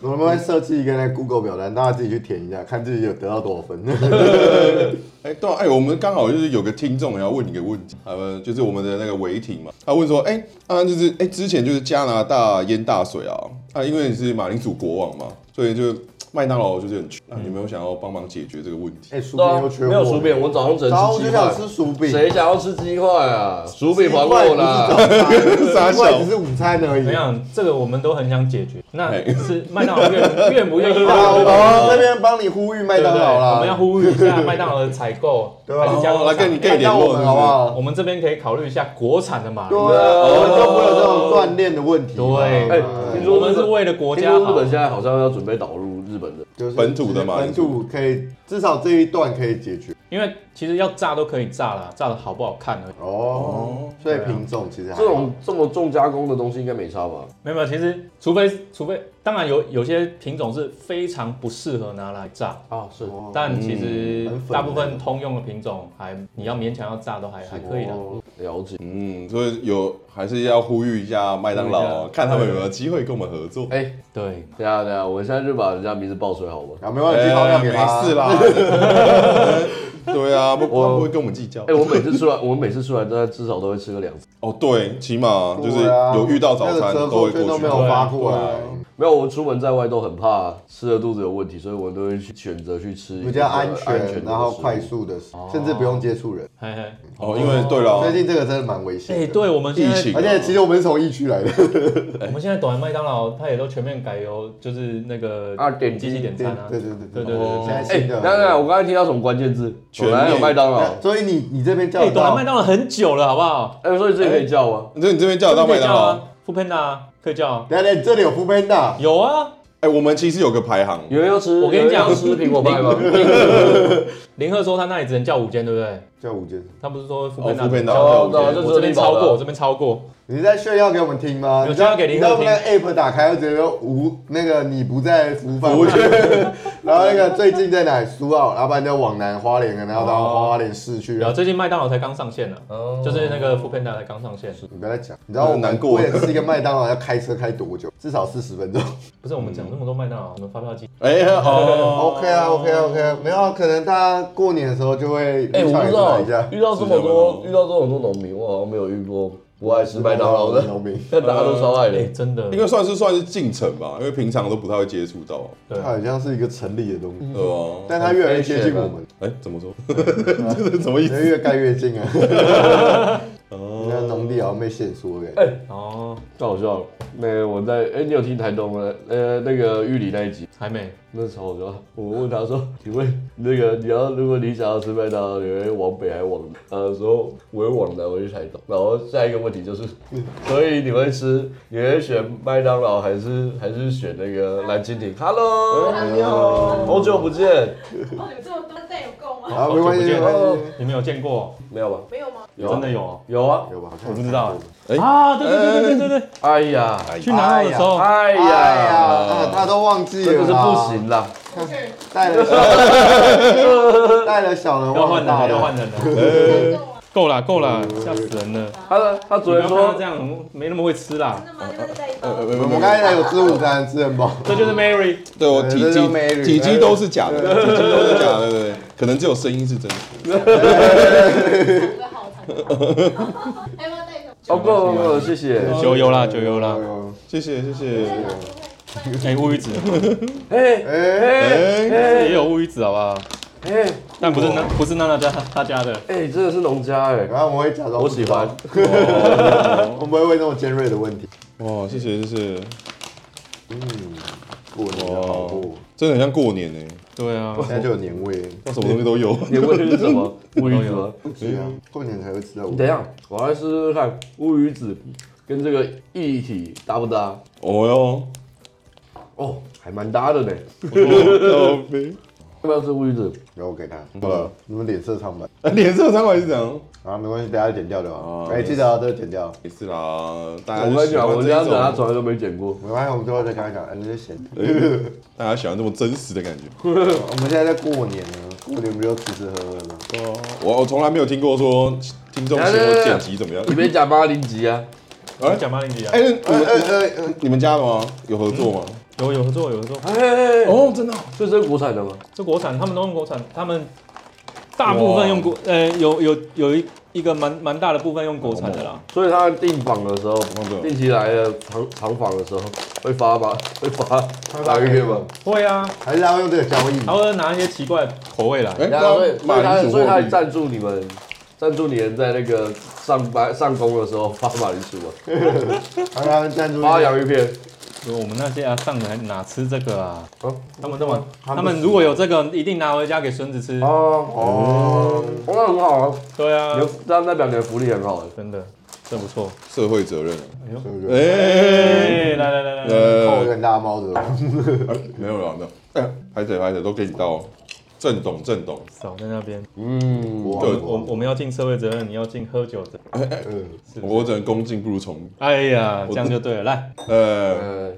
C: 我们会设计一个那 Google 表单，大家自己去填一下，看自己有得到多少分。
B: 哎、对啊、哎、我们刚好就是有个听众要问你个问题，他们就是我们的那个违停嘛，他问说，哎、啊，就是哎、之前就是加拿大淹大水啊，啊，因为你是马铃薯国王嘛，所以就麦当劳就是很穷，啊那、你有没有想要帮忙解决这个问题？
C: 哎，薯饼又缺货，
D: 啊没有薯饼，，我早上只
C: 然
D: 能
C: 后我
D: 吃鸡
C: 就
D: 块
C: 想。吃薯饼，
D: 谁想要吃鸡块啊？薯饼还我啦！
B: 傻
C: 傻
B: 笑
C: 笑， 只是午餐啊而已
A: 怎。样？这个我们都很想解决。那
B: 哎
A: 是麦当劳愿 愿不愿 意
D: 啊
A: 帮
C: 好，我
A: 我们？
D: 哦
C: 们这边帮你呼吁麦
A: 对不
C: 当
A: 对？
C: 劳啦，
A: 我们要呼吁一下麦当劳的采购，
C: 对啊
A: 还是加
B: 哦
A: 工
B: 来跟
A: 厂
B: 你跟你联
C: 看到
B: 络
C: 我
B: 是
C: 们
B: 不
C: 好不
B: 是？
C: 好？
A: 我们这边可以考虑一下国产的马
C: 对
A: 铃
C: 啊，
A: 薯。
C: 我们就不有这种锻炼的问题
A: 对
C: 嘛。
D: 哦哎
C: 嗯
D: 听说
A: 我们是为了国
D: 听
A: 家
D: 说日
A: 好
D: 本。现在好像要准备导入日本的，
C: 就是
B: 本土的嘛
C: 本土可以至少这一段可以解决
A: 因为其实要炸都可以炸啦，炸的好不好看而已。
C: 哦。所以品种其实还好
D: 啊
C: 哦
D: 这种这么重加工的东西应该没差吧？
A: 没有没有，其实除非除非，当然有有些品种是非常不适合拿来炸，
D: 啊，是
C: 哦
A: 但其实
C: 很粉
A: 大部分通用的品种还你要勉强要炸都还还可以的。
C: 哦
D: 了解。
B: 嗯，所以有还是要呼吁一下麦当劳，啊看他们有没有机会跟我们合作。
D: 哎、
A: 对，
D: 等一下等一下，我现在就把人家名字报出来好吗？
C: 啊，没关系，放量给他。
B: 哎没事
C: 啦，
B: 啦。对啊，不，他不会跟我们计较
D: 哎、。我每次出来，我每次出来都至少都会吃个两次。
B: 哦，对，起码就是
C: 对啊
B: 有遇到早
C: 那
B: 餐
C: 个折
B: 都
C: 扣
B: 会
C: 券都
B: 过去
C: 没。有发过来，
B: 啊
D: 没有，我出门在外都很怕吃了肚子有问题，所以我都会去选择去吃
C: 比较安
D: 一个安全的
C: 全，然后
D: 食物
C: 快。速的，
A: 哦
C: 甚至不用接触人。
A: 嘿嘿。
B: 哦，因为对了
C: 最，近这个真的蛮危
A: 哎、
C: 险的。
A: 对，我哦们现在
B: 疫情
C: 而且其实我们是从疫区来的，
A: 我们现在短麦当劳，它也都全面改由就是那个
D: 二点零
A: 机器点餐啊，
C: 对对对
A: 对对
C: 对
A: 对
B: 哦
A: 对
C: 现在
A: 对。
D: 哎、
C: 新的。
D: 等等等，我刚才听到什么关键字？
B: 全
D: 果然有
B: 面
D: 麦当劳。
C: 所以你你这边叫
A: 哎、
C: 得
A: 短
C: 到
A: 麦当劳很久了，好不好？
D: 哎、所以这个可以叫吗？
B: 你说你这边叫得到
A: 可
B: 麦
A: 以
B: 当
A: 叫
B: 劳？
A: 啊，富 panda 啊可以叫啊，
C: 等一下，等一下这里有 f o o p a n d a
A: 有啊。
B: 哎，我们其实有个排行，
D: 有人要吃？
A: 我跟你讲
D: 有人要吃苹啊果派 吗？
A: 林鹤说他那里只能叫五间，对不对？
C: 叫五间，
A: 他不是说富
B: 哦
A: panda
B: 富
A: 只能
B: 片
A: 叫
B: 到
D: 哦
B: 到
D: 到
B: 我觉得
A: 我这边超过，我这边超过。
C: 你是在炫耀给我们听吗？
A: 有炫耀给林
C: 你知道
A: 鹤
C: 我
A: 听
C: 们那个 app 打开，就直接说无那个你不在服务范围，然后那个最近在哪里？苏澳，然后不然就往南花莲啊了，然后到
A: 哦
C: 花莲市区。啊
A: 然
C: 然
A: 后
C: 后
A: 最近麦当劳才刚上线呢、
D: 哦
A: 就是那个富 panda 才刚上线。
C: 你不要再讲，你知道我
B: 难
C: 们
B: 过
C: 为了吃一个麦当劳要开车开多久？至少四十分钟。
A: 不是我们讲那么多麦当劳，我们发票机。
B: 哎哦，
C: OK 啊，OK 啊，OK 啊，没有啊，可能大家过年的时候就会
D: 哎、我不知
C: 一下
D: 道，遇到这么多
B: 是
D: 遇到这么多农民，我好像没有遇过不爱吃麦当 劳的，
C: 农民，
D: 但大家都超爱
A: 哎、
D: 的。
A: 真的
B: 应，该算是算是进城吧，因为平常都不太会接触到，
A: 对
C: 它，好像是一个城里的东西，
B: 对吧？
C: 但它越来越接近我们，
B: 哎，怎么说？这是什么意思？
C: 越来越盖越近啊。那农弟好像被限缩了。
F: 哎
A: 哦，
D: 太好笑了。那个我在，哎、你有听台东的呃那个玉里那一集？
A: 还没，
D: 那时候我就我问他说：“请问那个你要如果你想要吃麦当劳，你会往北还是往南？”呃，说我会往南，我去台东。然后下一个问题就是，所以你会吃，你会选麦当劳还是还是选那个蓝蜻蜓？Hello，你好，好久不见，
G: 哦，你们这么多队有够吗？
C: 好，没关系，
A: 好久不见
C: 没关系，
A: 你们有见过？
D: 没有吧？
G: 没有吗？
D: 有啊
A: 真的有哦？
D: 有啊，
C: 有吧？
A: 我不知道
B: 哎
A: 啊，对对对对对对，
D: 哎呀，
A: 去南澳的时候，
D: 哎
C: 哎呀，
D: 呀，
C: 啊他都忘记了，
D: 真的是不，行啦。
G: 不是，
C: 带了小带了小人
A: 要换
C: 忘
A: 人
C: 大
A: 了，要
C: 人，
A: 换人了，
G: 真的够吗？
A: 够了够了，吓死人了！
D: 他他
A: 你
D: 昨
A: 不要
D: 天
A: 看他
D: 说
A: 这样，没那么会吃啦
G: 真。的吗？你们是带一
B: 呃
G: 包？
B: 呃
C: 我
B: 不
C: 们
B: 不
C: 刚才有吃午餐，吃很饱。
A: 这就是 Mary，
B: 对我体
C: 这就美
B: 积
C: 女
B: 体积都是假的，体积都是假的，对对，可能只有声音是真的。
G: 两个好长好，还要带一个。
D: 哦不不不，谢谢。
A: 九优啦九优啦，
B: 谢谢谢谢。
A: 哎乌鱼子
D: 哎
C: 哎，
B: 哎，
A: 也有乌鱼子好不好？哦
D: 哎
A: 但不是那不是娜娜家他家的，
D: 哎，真的是农家哎，
C: 然后我们会假装
D: 我
C: 不知
D: 喜
C: 道
D: 欢。。
C: 我们不会问那种尖锐的问题。
B: 哇，谢谢谢谢，
C: 嗯过年的好过，
B: 真的很像过年呢，
A: 对啊，
C: 现在哎就有年味。
B: 那什么东西都有。
D: 你问的是什么？乌鱼子吗？
C: 对啊，过年才会吃到
D: 你
C: 我。
D: 等一下，我来试试看乌鱼子跟这个一体搭不搭？
B: 哦哟，
D: 哦，还蛮搭的呢。
B: 哦靠北
D: 要不要吃乌鱼子？
C: 然后我给他。好了，你们脸色苍白。
B: 哎脸色三块是怎样？
C: 啊，没关系，等一下剪掉就好。
B: 哦
C: 哎，记得啊，这个剪掉。
B: 没事啦，大家
D: 我
B: 就
D: 跟
B: 哎
D: 你
B: 喜欢
D: 讲，我
B: 这
D: 家
B: 一
D: 人他
B: 种，
D: 从来都没剪过。
C: 没关系，我们最后再跟他讲，哎，那就咸。
B: 大家喜欢这么真实的感觉。
C: 我们现在在过年呢，过年不就吃吃喝喝吗？
B: 我我从来没有听过说听众嫌我剪辑怎么样
D: 你。别讲八零级啊！
A: 我讲马铃吉啊
B: 哎，，那你
C: 呃
B: 们
C: 呃呃，
B: 你们家的吗？有合作吗？
A: 有有合作有合作，
D: 哎哎，哎
B: 哦，真的哦。
D: 这是国产的吗？
A: 这国产他们都用国产，他们大部分用国，呃，有有有一一个蛮蛮大的部分用国产的啦，
D: 所以他订房的时候，
B: 对
D: 定期来的长长房的时候会发吧，会发
C: 发给你吗？
A: 会啊，
C: 还是他会用这个交易？
A: 他会拿一些奇怪的口味来，
B: 哎，
D: 然啊后所以所以
B: 马
D: 他
B: 铃薯
D: 所以
B: 或
D: 他
B: 鱼
D: 也赞助你们，赞助你们在那个上班上工的时候发马铃薯啊，
C: 让他们赞助一
D: 发
C: 下。
D: 洋芋片。
A: 说我们那些啊上人还哪吃这个啊？
D: 啊
A: 他们这么，
C: 他们
A: 他们如果有这个，一定拿回家给孙子吃。
D: 哦哦，那很好啊，
A: 对
C: 呃
A: 啊
D: 有，那代表你的福利很好啊。
A: 真的，这不错。
B: 社会责任啊。
A: 哎呦，
C: 对不对？
B: 哎，
A: 哎，来来来来来，
C: 扣
B: 呃
C: 一，个大猫的，
B: 没有了，没有。哎，拍谁拍谁都给你到，正董正董。
A: 少在那边。
D: 嗯，
C: 我
B: 对
A: 我我们要尽社会责任，你要尽喝酒责任。
C: 嗯，
A: 是
B: 我只能恭敬不如从。
A: 哎呀，这样就对了。来，
B: 呃，
D: 呃，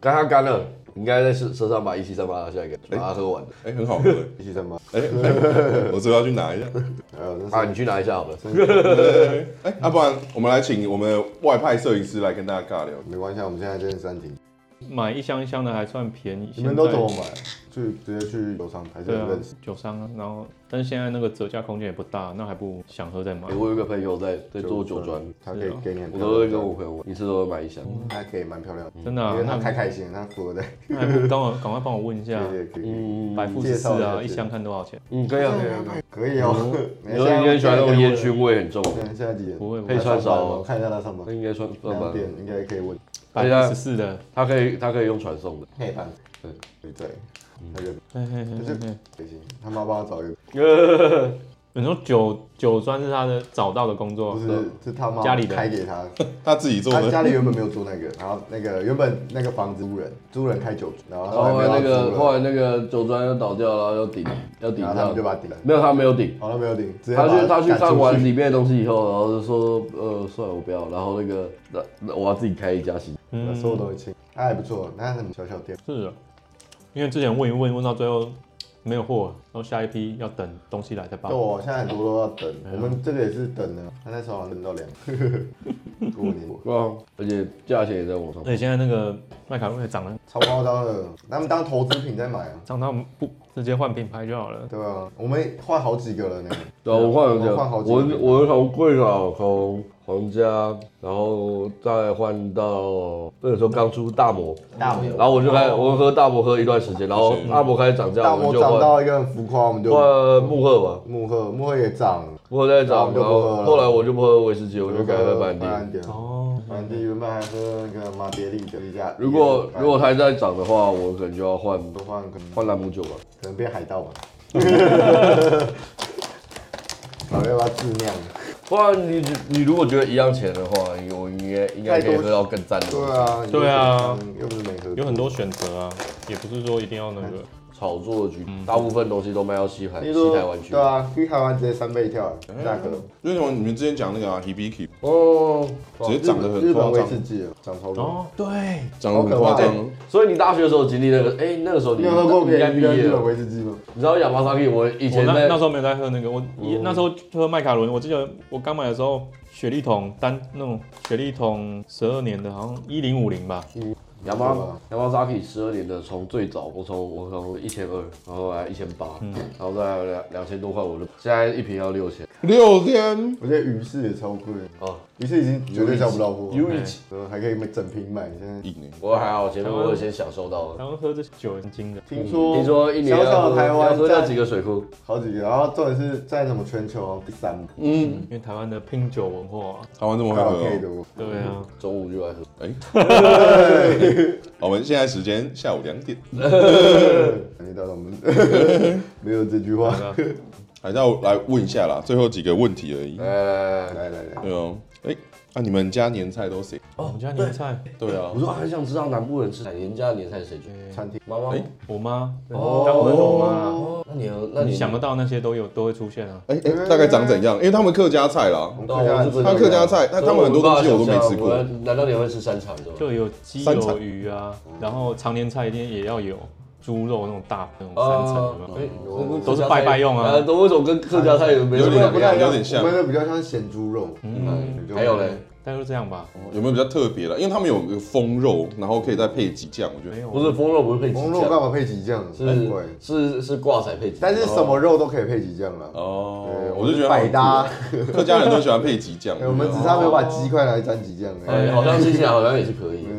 D: 刚刚干了，你应该在车车上把一七三八拿下来给把它喝完。
B: 哎，很好 喝。
C: 一起什么？
B: 哎，哎我这要去拿一下。
C: 还有这
D: 啊，
C: 是
D: 你去拿一下好了。
B: 哎，要不然我们来请我们的外派摄影师来跟大家尬聊。
C: 没关系，我们现在这是暂停。
A: 买一箱一箱的还算便宜。
C: 你们都
A: 现
C: 怎
A: 在
C: 么买？去直接去油商还是
A: 对啊
C: 认识？，
A: 酒商啊，然后但是现在那个折价空间也不大，那还不如想喝再买
D: 哎。我有一个朋友在在做酒庄，
C: 他可以给你很漂
D: 我
C: 亮
D: 都
C: 的
D: 会
C: 照片，
D: 跟我朋友一次都会买一箱。
C: 他可以蛮漂亮的，
A: 真的啊
C: 因为，他
A: 那
C: 太开心了，他说的，
A: 那还不如帮我赶快帮我问一下
C: 对，对可以，
D: 嗯
A: 百富
C: 介
A: 十四
C: 绍一
A: 啊，
C: 下
A: 一箱看多少钱？
D: 嗯，可以啊，可以啊。
C: 可以哦。
D: 你 说你很
C: 啊
D: 喜欢那种烟熏味很重，
C: 对，现在几点？
A: 不会，不
D: 可以
A: 会，
D: 穿
C: 上班
D: 少
C: 我看一下他上
D: 他
C: 班，
D: 应该穿算
C: 两，
D: 吧
C: 点应该可以问，
A: 百
D: 对
A: 富
D: 啊
A: 十四的。
D: 他可以他可以用传送的。
C: 可以办，对对，那个
A: 嘿嘿嘿嘿嘿
C: 开心，他妈帮他找一个，
A: 你说酒酒庄是他的找到的工作
C: 不，是是他妈
A: 哦家里的
C: 开给他，
B: 他自己做
D: 啊
C: 他家
B: 的。
C: 里原本没有租那个，然后那个原本那个房子租人，租人开酒，然后
D: 然
C: 后来
D: 后
C: 没有
D: 哦那
C: 要
D: 个
C: 租
D: 后
C: 了，
D: 来那个酒庄又倒掉了，要顶要顶
C: 然后他
D: 上
C: 们就，把他顶了，
D: 没有他没有顶，
C: 好了没有顶，直接
D: 他去
C: 把
D: 他去
C: 赶出
D: 看完里面的东西以后，然后就说呃算了我不要，然后那个那那我要自己开一家新。
C: 把所有东西清，他还不错，他很小小店，
A: 嗯是的，因为之前问一问，问到最后没有货，然后下一批要等东西来再
C: 对，
A: 报。
C: 我现在很多都要等，
D: 啊
C: 我们这个也是等的，他那时候好像等到两，过年
D: 哇，而且价钱也在往上
A: 而。且现在那个麦卡瑞涨了，
C: 超夸张的，他们当投资品在买啊。
A: 涨到不直接换品牌就好了。
C: 对啊，我们换好几个了呢。
D: 对啊，我换了
C: 我换好几
D: 我
C: 个
D: 我从贵港从皇家，然后再换到那个时候刚出大摩，
C: 大摩
D: 然后我就开我喝大摩喝一段时间，然后大摩开始涨价，
C: 哦大
D: 啊我们
C: 摩
D: 就
C: 涨
D: 换啊
C: 到一个很浮夸，我们就
D: 换慕赫吧，
C: 幕后，幕后也涨，
D: 我在
C: 然后
D: 找
C: 我，们就不
D: 然
C: 喝
D: 后
C: 了
D: 后来我就不喝威士忌，我就改喝
C: 白
D: 白兰地。
A: 哦，
C: 白地原本还喝那个马爹利的一下。
D: 如果如果它还在涨的话，我可能就要换
C: 都换可能
D: 换兰姆酒吧。
C: 可能变海盗吧。 老要不要自酿？
D: 不然你你如果觉得一样钱的话，你我应该应该可以喝到更赞的。
C: 对，啊，
A: 对啊，
C: 又不是没喝。
A: 有很多选择啊，也不是说一定要那个。
D: 炒作的局，大部分东西都卖到西海
C: 嗯你
D: 西
C: 说
D: 台湾去
C: 对。啊，去台湾直接三倍跳了
B: 嗯
C: 价格，
B: 为什么你们之前讲那个啊 hibiki
D: 哦，
B: 直接涨得
C: 日
B: 很
C: 本
B: 夸
C: 威
B: 张，
C: 士忌涨超多。
A: 哦，对，
B: 涨得很夸
C: 好可
B: 张，
D: 所以你大学的时候经历那个，哎，那个时候你
C: 你有喝过
D: 你应该毕
C: 别的
D: 业
C: 日本
D: 了。
C: 威士忌吗？
D: 你知道亚麻萨克，我以
A: 我
D: 前
A: 那
D: 在哦
A: 那时候没有在喝那个，我也那时候喝麦卡伦，我记得我刚买的时候，雪利桶单那种雪利桶十二年的，好像一零五零吧，
D: 亚麻
C: 嗯
D: 亚麻萨克十二年的，从最早我从我从一千二，然后来一千八，
A: 嗯
D: 然后再两两千多块，我就现在一瓶要六千
B: 六天
C: 我觉得鱼市也超贵，
D: 啊。
C: 鱼市已经绝对找不到货了，
D: U 一
C: 呃还可以买整瓶买。现在
B: 硬哎，
D: 我还好，前面我有先享受到了。
A: 然后喝这酒很精的，
C: 听说
D: 听说一年
C: 小
D: 要
C: 小
D: 喝
C: 的台
D: 要
C: 湾
D: 喝掉几
C: 占
D: 个水库，
C: 好几个，然后重点是在什么全球好像第三，
B: 嗯，
A: 因为台湾的拼酒文化、啊，
B: 台湾这么
C: 卡
B: 会
C: 拉
B: 喝
C: OK
B: 哦，
C: 的我。
A: 对啊，
D: 中午就来喝。
B: 好我们现在时间下午两点，
C: 感觉到我们 没有这句话。
A: 啊
B: 还是要来问一下啦，最后几个问题而已，
D: 来来来来，
C: 来来来，
B: 对哦，哎，那你们家年菜都谁？
A: 哦我们家年 菜，
B: 对啊
D: 我，说啊很想知道南部人吃哪人家的年菜谁做？
C: 餐厅
D: 妈妈。
B: 哎
A: 我妈，
D: 哦
A: 大部分是我妈，
D: 哦，那你有那
A: 你
D: 你
A: 想得到那些都有都会出现啊，
B: 哎哎，大概长怎样？因为他们客家菜啦，
C: 我们
D: 到
C: 客家
D: 我
C: 人
D: 是不是
B: 他客家菜，他他们很多东西啊我都没吃
D: 我
B: 过，
D: 难道你会吃山肠的吗？
A: 就有鸡
B: 三层
A: 有鱼啊，然后常年菜一定也要有猪肉那种大那种三层有
D: 哦
A: 没有？
D: 哎我
A: 都是拜拜用啊
D: 呃都为什么跟客家菜有没
B: 有
D: 什么
B: 点
D: 两
B: 不
D: 样？
B: 太有点像
C: 我，们的比较像咸猪肉，
D: 嗯
C: 嗯，
D: 还有嘞，
A: 大概就这样吧，
D: 嗯
B: 有没有比较特别的？因为他们有个风肉，然后可以再配几酱，我觉
A: 没
B: 得
A: 有，
D: 不是，风肉，不是配鸡
C: 红肉干
D: 酱，
C: 嘛配几酱？很贵，
D: 是是是挂彩配鸡，哦
C: 但是什么肉都可以配几酱了。
B: 哦
C: 对，
B: 我就觉得
C: 百搭，
B: 客家人都喜欢配几酱，
C: 对 我们只差没有把鸡块拿来沾几酱而
D: 哎？好像听起来好像也是可
C: 已。。
D: 以
B: 对
C: 对
B: 哦嗯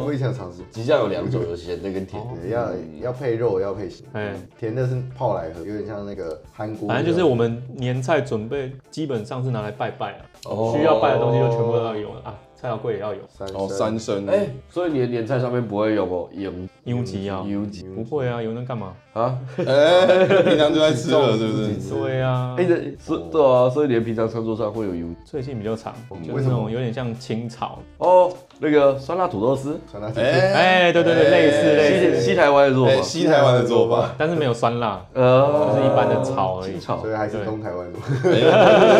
C: 我我以前有尝试过，
D: 鸡酱有两种，有咸的跟甜的。
C: 对要要配肉，要配咸，
A: 哦哎。
C: 甜的是泡来喝，有点像那个韩国。
A: 反正就是我们年菜准备基本上是拿来拜拜啊，
D: 哦
A: 需要拜的东西就全部都要有啊，菜肴柜也要有，
C: 三
B: 哦，
C: 生
B: 三生，
D: 哎，所以你的年菜上面不会有哦，有
A: 因为吉要，
D: 有几
A: 不会啊，有能干嘛？
D: 啊？
B: 哎，平常就在吃了，是不是？
A: 对啊，
D: 哎，这是对啊，所以你的平常餐桌上会有油
A: 最近比较长，就
C: 为
A: 是
C: 什
A: 那
C: 么
A: 种有点像清炒，
D: 哦，那个酸辣土豆丝，
C: 酸辣鸡翅
B: 哎
A: 哎，对对对，类似类
D: 西
A: 似，
D: 西台湾的做
B: 哎，
D: 法，
B: 西台湾的做法，
A: 但是没有酸辣，就
D: 呃，
A: 是一般的炒而已。
D: 炒
C: 所以还是
A: 对
C: 东台湾的。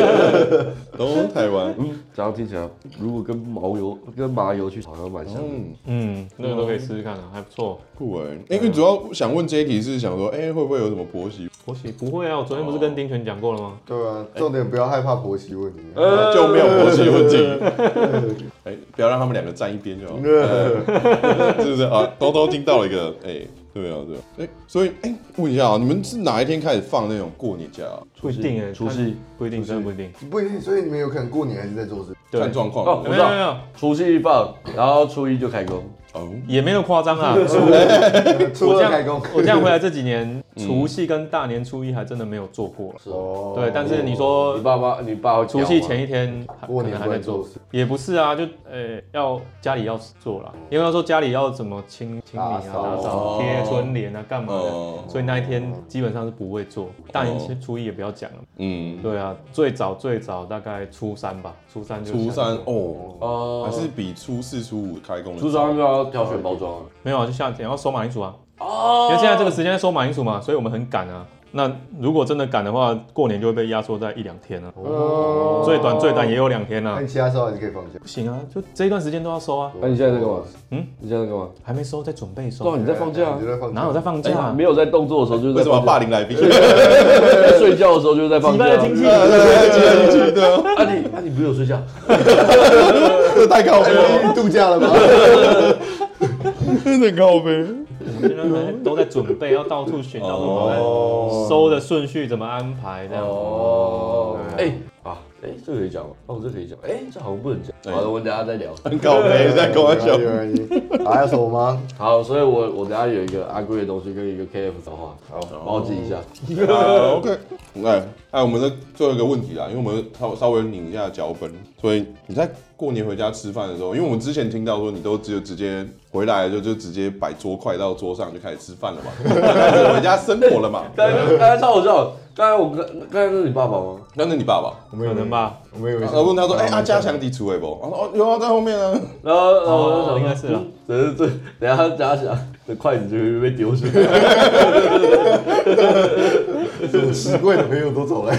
B: 东台湾，
D: 嗯，这样听起来，如果跟毛油、跟麻油去炒，好像蛮像的。
B: 嗯，
A: 嗯，那个都可以试试看啊，还不错。
B: 酷哎，因为主要想问这一题是想说，哎，会不会有什么婆 媳
A: 婆媳不会啊，我昨天不是跟丁权讲过了吗？
C: 对啊，重点不要害怕婆媳问 题。
B: 就没有婆媳问题？ 哎，不要让他们两个站一边 就好。是不是啊？偷偷听到了一个，哎、对啊，对啊，哎、所以哎、问一下啊，你们是哪一天开始放那种过年假、啊？
A: 不一定哎，
D: 除夕
A: 不一定，真的不一定。
C: 不一定，所以你们有可能过年还是在做事。
A: 对
B: 看状况
D: 哦
B: 哦
A: 没有没有没有，
D: 除夕放，然后初一就开工。
B: 哦
A: 也没那么夸张 啊。
B: 哎
C: 初
A: 我这
C: 二
A: 样
C: 开工。
A: 我这样回来这几年，除夕跟大年初一还真的没有做过了。
C: 哦
A: 对，但是你说
D: 你爸妈，你爸会
A: 除夕前一天还
C: 过
A: 可
C: 年
A: 能还
C: 不
A: 在
C: 能
A: 做
C: 做，事，
A: 也不是啊，就呃要家里要做啦，因为要说家里要怎么清清理啊、
C: 打扫
A: 打扫、贴春联啊、干嘛
B: 哦
A: 的，所以那一天基本上是不会做。大年初一也不要讲了，
B: 嗯，
A: 对啊，最早最早大概初三吧，初三就
B: 初
A: 想
B: 三哦，
D: 哦，
B: 还是比初四、初五开工的
D: 初
B: 早
D: 三就要挑选包装啊。
A: 没有啊，就夏天要收马铃薯啊。哦，因为现在这个时间在收马铃薯嘛，所以我们很赶啊。那如果真的赶的话，过年就会被压缩在一两天啊，
D: 哦
A: 最
C: 哦
A: 短最短也有两天啊。
C: 但其他时候还是可以放假
A: 不。行啊，就这一段时间都要收啊，
D: 那你现在在干嘛？
A: 嗯，
D: 你现在在干嘛？
A: 还没收，在准备
D: 对啊，
A: 收。
D: 你在放假啊
C: 你。在放假？
A: 哪有在放假、啊
D: 没？有在动作的时候，就是
B: 为
D: 在
B: 什么
D: 放
B: 霸
D: 假；
B: 凌来宾？
D: 在 睡觉的时候，就是在放
A: 你
D: 假
A: 们。的听气，
D: 啊你啊你不是有睡觉？
B: 这太靠背了，
C: 哎度假了吗？
B: 真的很靠背。
A: 现在都在准备，要到处选，到处跑，收的顺序怎么安排这样。
D: 哦哦，哎啊，哎，这个可以讲吗？哦，这个可以讲，哎，这好像不能讲。好的，我们等一下再聊。
B: 很搞没在跟我讲
C: 没。关系没关系哎还有什么吗？
D: 好，所以我我等一下有一个阿贵的东西跟一个 KF 的话，好，哦帮我记一下。
B: 啊 OK，哎哎，我们再最后一个问题啦，因为我们稍稍微拧一下脚本，所以你在过年回家吃饭的时候，因为我们之前听到说你都只有直接回来就就直接摆桌筷到桌上就开始吃饭了嘛，开始回家生活了嘛。
D: 刚才刚才超好笑，刚才我刚刚才是你爸爸吗？
B: 那是你爸爸，
C: 我们以
A: 可
C: 为
A: 能？吧，
C: 我们以为
B: 然
C: 是
A: 啊
B: 后问他说，
C: 啊
B: 哎，阿家祥地厨哎不？我说哦，有啊，在后面啊。
D: 然后然后我就
A: 哦
D: 想说，
A: 应该是啦
D: 嗯只是这等一下等一下想，这筷子就会被丢出去。
C: 有习惯的朋友都 走了。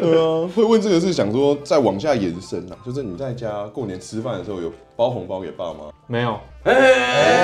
B: 对啊，会问这个是想说再往下延伸啊，就是你在家过年吃饭的时候有包红包给爸妈，
A: 没有，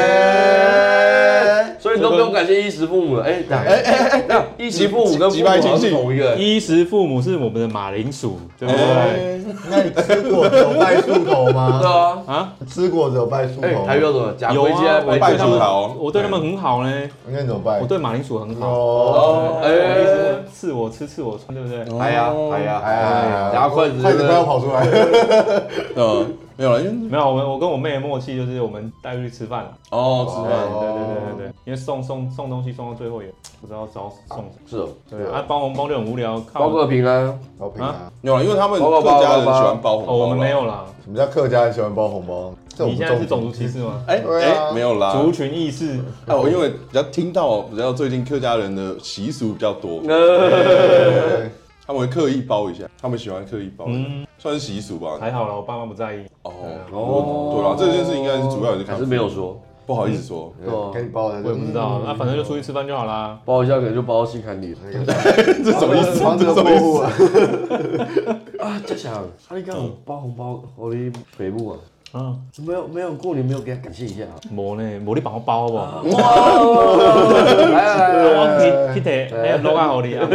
D: 哎，所以你都不用感谢衣食父母了。哎，等一下哎哎哎，那衣食父母
B: 几
D: 跟父
B: 几
D: 母
B: 拜
D: 好像
B: 亲戚
D: 是同一个。
A: 衣食父母是我们的马铃薯，对不对？
B: 哎
C: 那你吃果子有拜树头
D: 对
C: 吗？
D: 啊，
A: 啊，
C: 吃果子有拜树
D: 哎，
C: 头吗
D: 台语？叫什么？假
A: 有
D: 回家
A: 啊，我
B: 拜
A: 对
B: 树
A: 他
B: 头
A: 们
B: 桃，
A: 我对他们很好呢，
C: 那你怎么拜
A: 我？对马铃薯很好。
C: 哎哦，
D: 哦，
A: 哎，一直
D: 哎
A: 说。刺我吃刺我穿，对不对？
D: 哎呀，
C: 哦
D: 哎呀，哎呀！然后筷子，
C: 筷子快要跑出来了。
B: 嗯，没有了，因为
A: 没有，我们我跟我妹的默契就是我们带出去吃饭了。
B: 哦，吃饭。
A: 对对对对对，因为送送送东西送到最后也不知道找送什么。
D: 是哦，
A: 对啊，包红包就很无聊，看
D: 包
A: 我
D: 个平安，
C: 好平啊安。
B: 没有啦，因为他们
D: 包包
B: 客
D: 包
B: 家人
D: 包
B: 喜
D: 包
B: 欢包红包啦。
A: 哦，我们没有啦。
C: 什么叫客家人喜欢包红包？这我
A: 你
C: 不
A: 现在是
C: 懂
A: 种族歧视吗？
B: 哎
C: 对啊
B: 哎，没有啦。
A: 族群意识，
B: 哎，我因为比较听到比较最近客家人的习俗比较多，
D: 呃
C: 对
B: 他们会刻意包一下，他们喜欢刻意包，
A: 嗯
B: 算是习俗吧。
A: 还好啦，我爸妈不在意。
B: 哦，
D: 哦
B: 对啦，这件事应该是主要也是
D: 还
B: 看
D: 是没有说，
B: 不好意思说，
D: 哦
C: 给你包的，
A: 我也不知
C: 嗯
A: 道，啊那反正就出去吃饭就好啦。
D: 包一下可能就包到心坎里了。
A: 哎
C: 这什么意 思？防着
B: 这什么
C: 过
B: 意思
C: 户啊！
D: 啊，嘉祥，他你刚
B: 嗯
D: 有包红包，我的北部啊，
A: 啊，
D: 没有没有过年没有给他感谢一下啊？
A: 没呢，没你帮我包好不好？
D: 来来来，
A: 我去去提，还有老啊好你啊。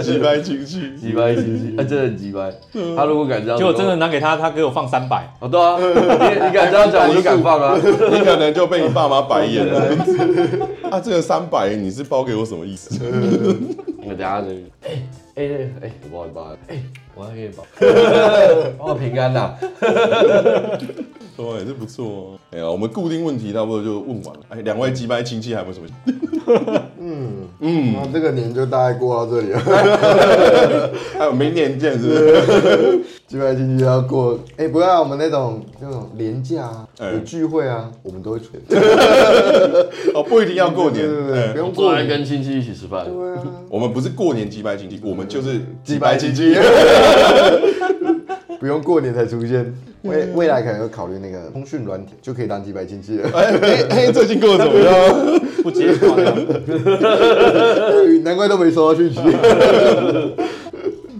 B: 几百亲戚。
D: 几百几几，啊，真的很几百。他如果敢这样，
A: 结果真的拿给他，他给我放三百。
D: 哦，对啊，你你敢这样讲，我就敢放啊。
B: 你可能就被你爸妈白眼 了。啊，这个三百你是包给我什么意思？
D: 我等下就，哎哎哎，我帮你包，哎，我要给你 包，包个平安呐。
B: 说也是不错哦。哎呀，我们固定问题差不多就问完了。哎，两位几百亲戚还有没有什么？嗯
C: 那啊这个年就大概过到这里了，
B: 还有明年见是不是？
C: 基本上今天要过。哎，不要我们那种那种廉价啊，
B: 哎
C: 有聚会啊，我们都会出。
B: 哦，不一定要过年。
C: 对对
B: 哎
C: 对，不用
D: 过
C: 过
D: 来
C: 年。
D: 跟亲戚一起吃饭，
C: 对啊，
B: 我们不是过年击败亲戚，我们就是击
C: 白
B: 败
C: 亲
B: 亲戚。
C: 戚 不用过年才出现。未未来可能会考虑那个通讯软体，就可以当几百亲 戚了。
B: 哎哎哎，最近过得怎么样？
A: 不接话的，
C: 难怪都没收到讯息。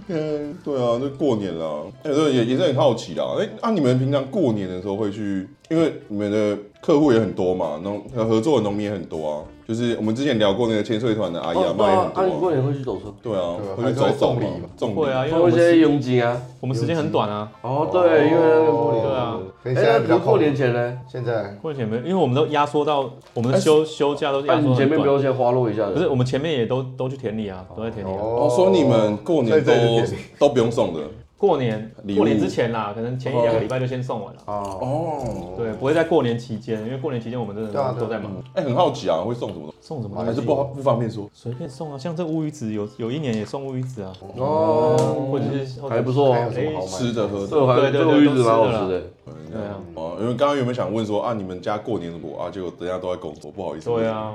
B: 嗯，对啊，就过年了。哎，对，也也是很好奇啦。哎，啊，你们平常过年的时候会去，因为你们的客户也很多嘛，农合作的农民也很多啊。就是我们之前聊过那个千岁团的阿姨阿妈也
D: 哦
B: 很
D: 对啊啊，你过
B: 多啊。
D: 年会去走村，
B: 对啊
C: 对啊，
B: 会去走
C: 还是会
B: 走
C: 送礼
B: 嘛
C: 嘛，
B: 送
A: 会啊，因为
D: 收
A: 我
D: 一
A: 们
D: 些
A: 时
D: 佣金啊。
A: 我们时间很短啊。
D: 哦，对，因为那个过年
A: 对啊
C: 跟现
D: 哎，
C: 在比较
D: 那
C: 好
D: 过年前呢？
C: 现在
A: 过年前没有，因为我们都压缩到我们的休休假都是
D: 那
A: 压缩
D: 哎你
A: 得
D: 前
A: 很
D: 面不
A: 短。
D: 用先花落一下的？
A: 不是，我们前面也都都去田里啊，都在田里啊。
B: 哦，所以你们过
C: 所
B: 年
C: 以这
B: 都
C: 也是
B: 都不用送的
A: 过年
B: 礼物
A: 过年之前啦，可能前一两个礼拜就先送完了。
C: 哦，
B: 哦。
A: 对，不会在过年期间，因为过年期间我们真
C: 对啊
A: 的
C: 对啊
A: 都在忙。
B: 哎，很好奇啊，会送什么？
A: 送什么东西？
B: 还是不好不方便说。
A: 随便送啊，像这乌鱼子有有一年也送乌鱼子啊，
D: 哦，
A: 或者是
D: 还不。错
C: 还有
D: 哦。
C: 什么好买？
B: 吃的喝的
D: 这，个哦还
A: 对对
D: 这
A: 对
D: 个玉子蛮好吃
A: 都吃
D: 的
A: 的，对啊，
B: 哦，因为刚刚原本想问说啊，你们家过年怎么过啊？结果等一下都在工作，不好意思。
A: 对，啊，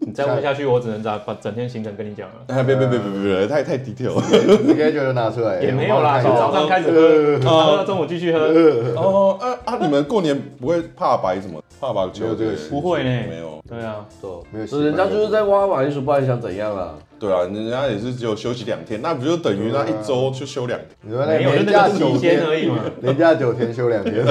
A: 你再问下去，我只能把把整天行程跟你讲了。
B: 哎，别别别别别别，太太 detail 了。
C: 你该觉得拿出来
A: 也没有啦，
C: 哎我帮
A: 从
C: 你
A: 早上开
C: 看一下
A: 始喝，然后中午继续喝。
B: 哦，啊啊，你们过年不会怕白什么？怕白
C: 没
B: 球
C: 有这个习俗
A: 不会呢
B: 没有。
A: 对啊，
D: 对，
C: 没有习
D: 所
C: 惯
D: 以人家就是在挖马铃薯，不然你想怎样啊？
B: 对啊，人家也是只有休息两天，那不就等于那一周就休两天？
C: 你说那
A: 没有，就
C: 连
A: 那
C: 假
A: 个期
C: 九
A: 间而
C: 天，
A: 已嘛。
C: 连假九天休两天，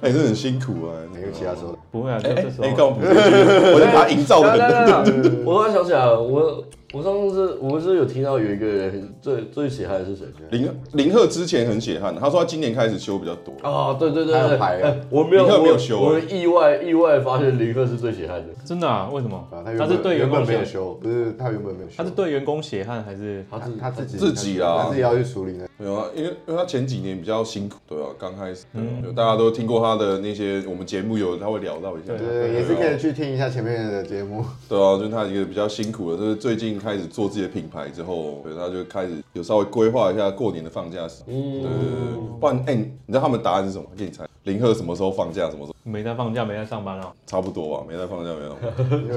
B: 哎，这很辛苦啊。
C: 没有其他说的。
A: 不会啊，就
B: 哎
A: 这
B: 哎
A: 时
B: 哎，
A: 候
B: 干嘛不是？我是把它营造的
D: 等一下
B: 很。
D: 等一下等一下我突然想起来了，我我上次我们是不是有听到有一个人最最喜欢的是谁？
B: 林林鹤之前很血汗，他说他今年开始修比较多。
D: 啊，对对对
C: 还有
D: 对，
C: 牌啊
D: 哎我没有，
B: 林克没有
D: 我
B: 修啊
D: 我意外意外发现林克是最血汗的，
A: 真的啊？为什么
C: 啊，他？原
A: 他
C: 本
A: 是对员
C: 原
A: 工
C: 本没有
A: 血，
C: 修，不是他原本没有修，
A: 他是对员工血汗还是？
C: 他他自己
B: 自己啊啦
C: 他自己要去处理的。
B: 没有啊，因为因为他前几年比较辛苦，对啊，刚开始，嗯，大家都听过他的那些，我们节目有他会聊到一下，
C: 对，也是可以去听一下前面的节目。
B: 对啊，就是他一个比较辛苦的，就是最近开始做自己的品牌之后，对，他就开始有稍微规划一下过年的放假时间，对对对对，不然哎、你知道他们答案是什么？给你猜，林鹤什么时候放假？什么时候？
A: 没在放假，没在上班啊？
B: 差不多吧，没在放假没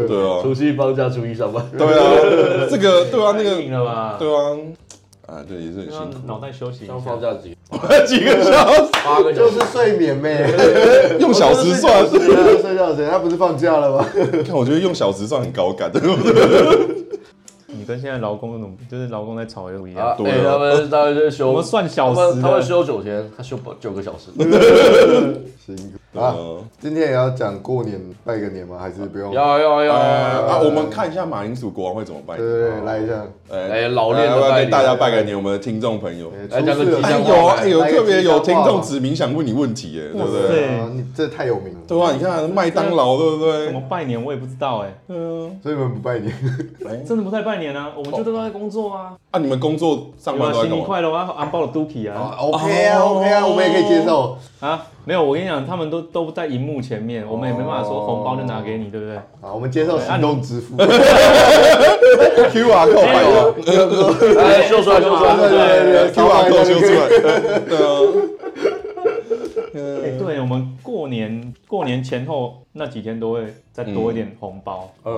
B: 有？对啊，
D: 除夕放假，初一上班。
B: 对啊，这个对啊，那
A: 赢
B: 个
A: 了吧？
B: 对啊，啊，对，也是很辛苦。
A: 让脑袋休息一下
H: 刚。放假几
C: 啊
B: 几个小时，
H: 八个小
C: 就
H: 时
C: 是，睡眠呗，
B: 用小时算。
C: 对啊睡觉时间，他不是啊放假了吗？
B: 看，我觉得用小时算很高 感，对不对？
A: 你跟现在劳工那种，就是劳工在吵又不一
D: 啊
A: 样。
B: 对
D: 哎，
B: 啊
D: 他们他们就
A: 我
D: 休
A: 们，算小
D: 他
A: 时
D: 们他们
A: 的，
D: 休九天，他休八九个小时。
C: 辛苦啊！
B: 啊
C: 今天也要讲过年拜个年吗？还是不用？
D: 要要要！
B: 啊，我们看一下马铃薯国王会怎么拜
C: 对。对对，来一下。
D: 哎老练的
B: 要不要
D: 拜
B: 跟
D: 年
B: 大家拜个年？我们的听众朋友，
D: 来讲个吉
B: 哎
D: 祥
B: 有
D: 话
B: 啊，哎有
C: 来个
B: 特别有
C: 吉
B: 听
C: 祥话
B: 众指名想问你问题，哎，对不对？
A: 对
C: 啊，你这太有名了，
B: 对啊，你看麦当劳，对
A: 怎
B: 不
A: 么
B: 对？
A: 拜年我也不知道哎、
B: 嗯，
C: 所以你们不拜年，
A: 真的不太拜年啊，我们就都在工作啊。
B: 啊，你们工作上
A: 有
B: 班
A: 啊，
B: 都
A: 新
B: 在干
A: 年
B: 嘛？哦
A: 快乐啊，安包的 Duki 啊
C: OK 啊，OK 啊，我们也可以接受。
A: 啊，没有，我跟你讲，他们都都在荧幕前
B: 哦
A: 面，我们也没办法说红包就拿给你，对不对？
C: 好，我们接受行动支付。
B: Q R code 摆
A: 有
B: 着
D: 哎，秀出来，秀出来！
C: 对对对
B: 啊，Q R code 修出来，对啊，
A: 哎、对，我们过年过年前后那几天都会再多一点红包。
B: 嗯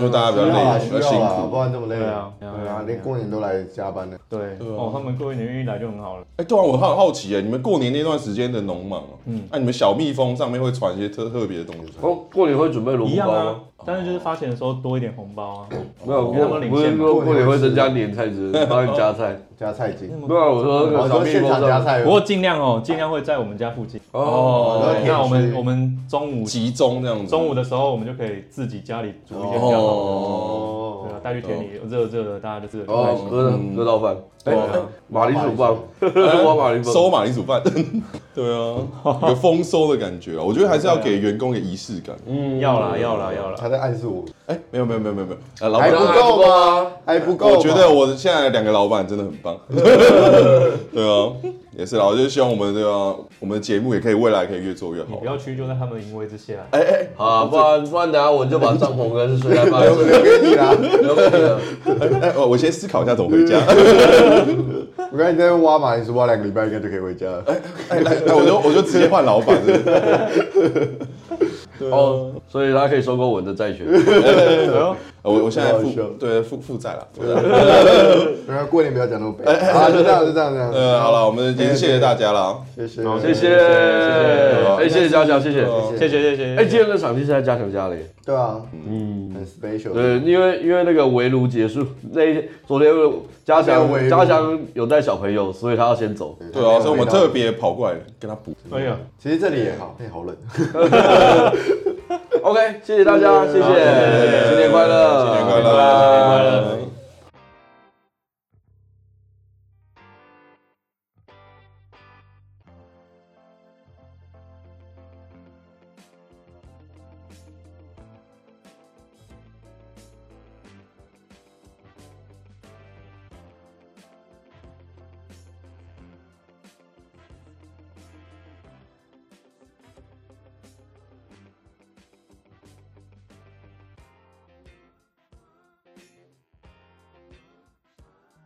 B: 就大家比较
C: 需要啊，
B: 累，比
C: 需
B: 较
C: 要
B: 辛
C: 啊，
B: 苦
C: 不。然这么累。
A: 对啊
C: 对啊，连过年都来加班了。
A: 对，
B: 对啊
A: 哦，他们过年一来就很好了。
B: 哎、对啊，我好好奇哎，你们过年那段时间的农忙啊，嗯，那、你们小蜜蜂上面会传一些特特别的东西，
C: 哦
D: 过过年会准备
A: 一
D: 萝卜
A: 样
D: 包
A: 啊
D: 吗？，
B: 哦
A: 但是就是发钱的时候多一点红包啊。
D: 没
A: 因
D: 有，
A: 为他
D: 过
A: 们领
D: 不
A: 先
D: 是
A: 嘛
D: 说过年会增加年菜汁，帮你加菜。
C: 加菜金，
D: 没有，我说那
C: 我
D: 个小
C: 哦说
D: 蜜
C: 现
D: 蜂
C: 场加
D: 上。
C: 菜
A: 不过尽量哦，尽量会在我们家附近。
D: 哦，
A: 对，那我们我们中午
B: 集中这样子。
A: 中午的时候，我们就可以自己家里煮一些比较好的，
B: 哦，
A: 对啊
C: 哦，
A: 带去田里热热的，大家就吃的开
D: 哦，
A: 心。
D: 割割到饭。哎
B: 对啊，
D: 马铃薯棒， 挖马铃薯
B: 收马铃薯饭， 对 啊，有丰收的感觉啊，我觉得还是要给员工一个仪式感。
D: 嗯
A: 要啦要啦要啦，
C: 他在暗示我，
B: 哎、没有没有没有没有没有，呃，老
C: 还
B: 板，
C: 啊不
B: 我
C: 够吗？还不够吧？
B: 我觉得我现在两个老板真的很 棒，对啊，也是啦，我就希望我们对啊，我们的节目也可以未来可以越做越
A: 你
B: 好
A: 不。要屈就在他们的淫威之下。
B: 哎哎
D: 啊，不然不然等下我就把帐篷跟睡袋放在 这
C: 留
D: 里，
C: 给你啦。
D: 留给你了。
B: 哎哎，我先思考一下怎么回 家。
C: 我看你在那边挖马铃薯，挖两个礼拜应该就可以回家了。
B: 哎哎，哎我就我就直接换老 板，是不是
D: 哦，所以他可以收购我的债权。
B: 呃我我现在
C: 很好笑
B: 负对负负债了。负债
C: 然后过年不要讲那么悲。好，就这样，就这样，这样。
B: 呃，好了，我们今天谢谢大家了。
C: 谢哎谢，
A: 好
D: 谢谢，哎，谢谢嘉强，谢谢。
C: 哦
A: 谢谢谢谢。
D: 哎，今天的场地是在嘉强家里。
C: 对啊，嗯，很 special。
D: 对，因为因为那个围炉结束那一天，昨天嘉
C: 没有围
D: 强
C: 炉
D: 嘉强有带小朋友，所以他要先走。
B: 对啊，所以我们特别跑过来跟他补。
A: 哎呀，
C: 其实这里也好，哎，好冷。
D: OK，谢谢大家，谢谢，
A: 谢谢
D: 新年快乐，
B: 新年快乐，
A: 新年快乐。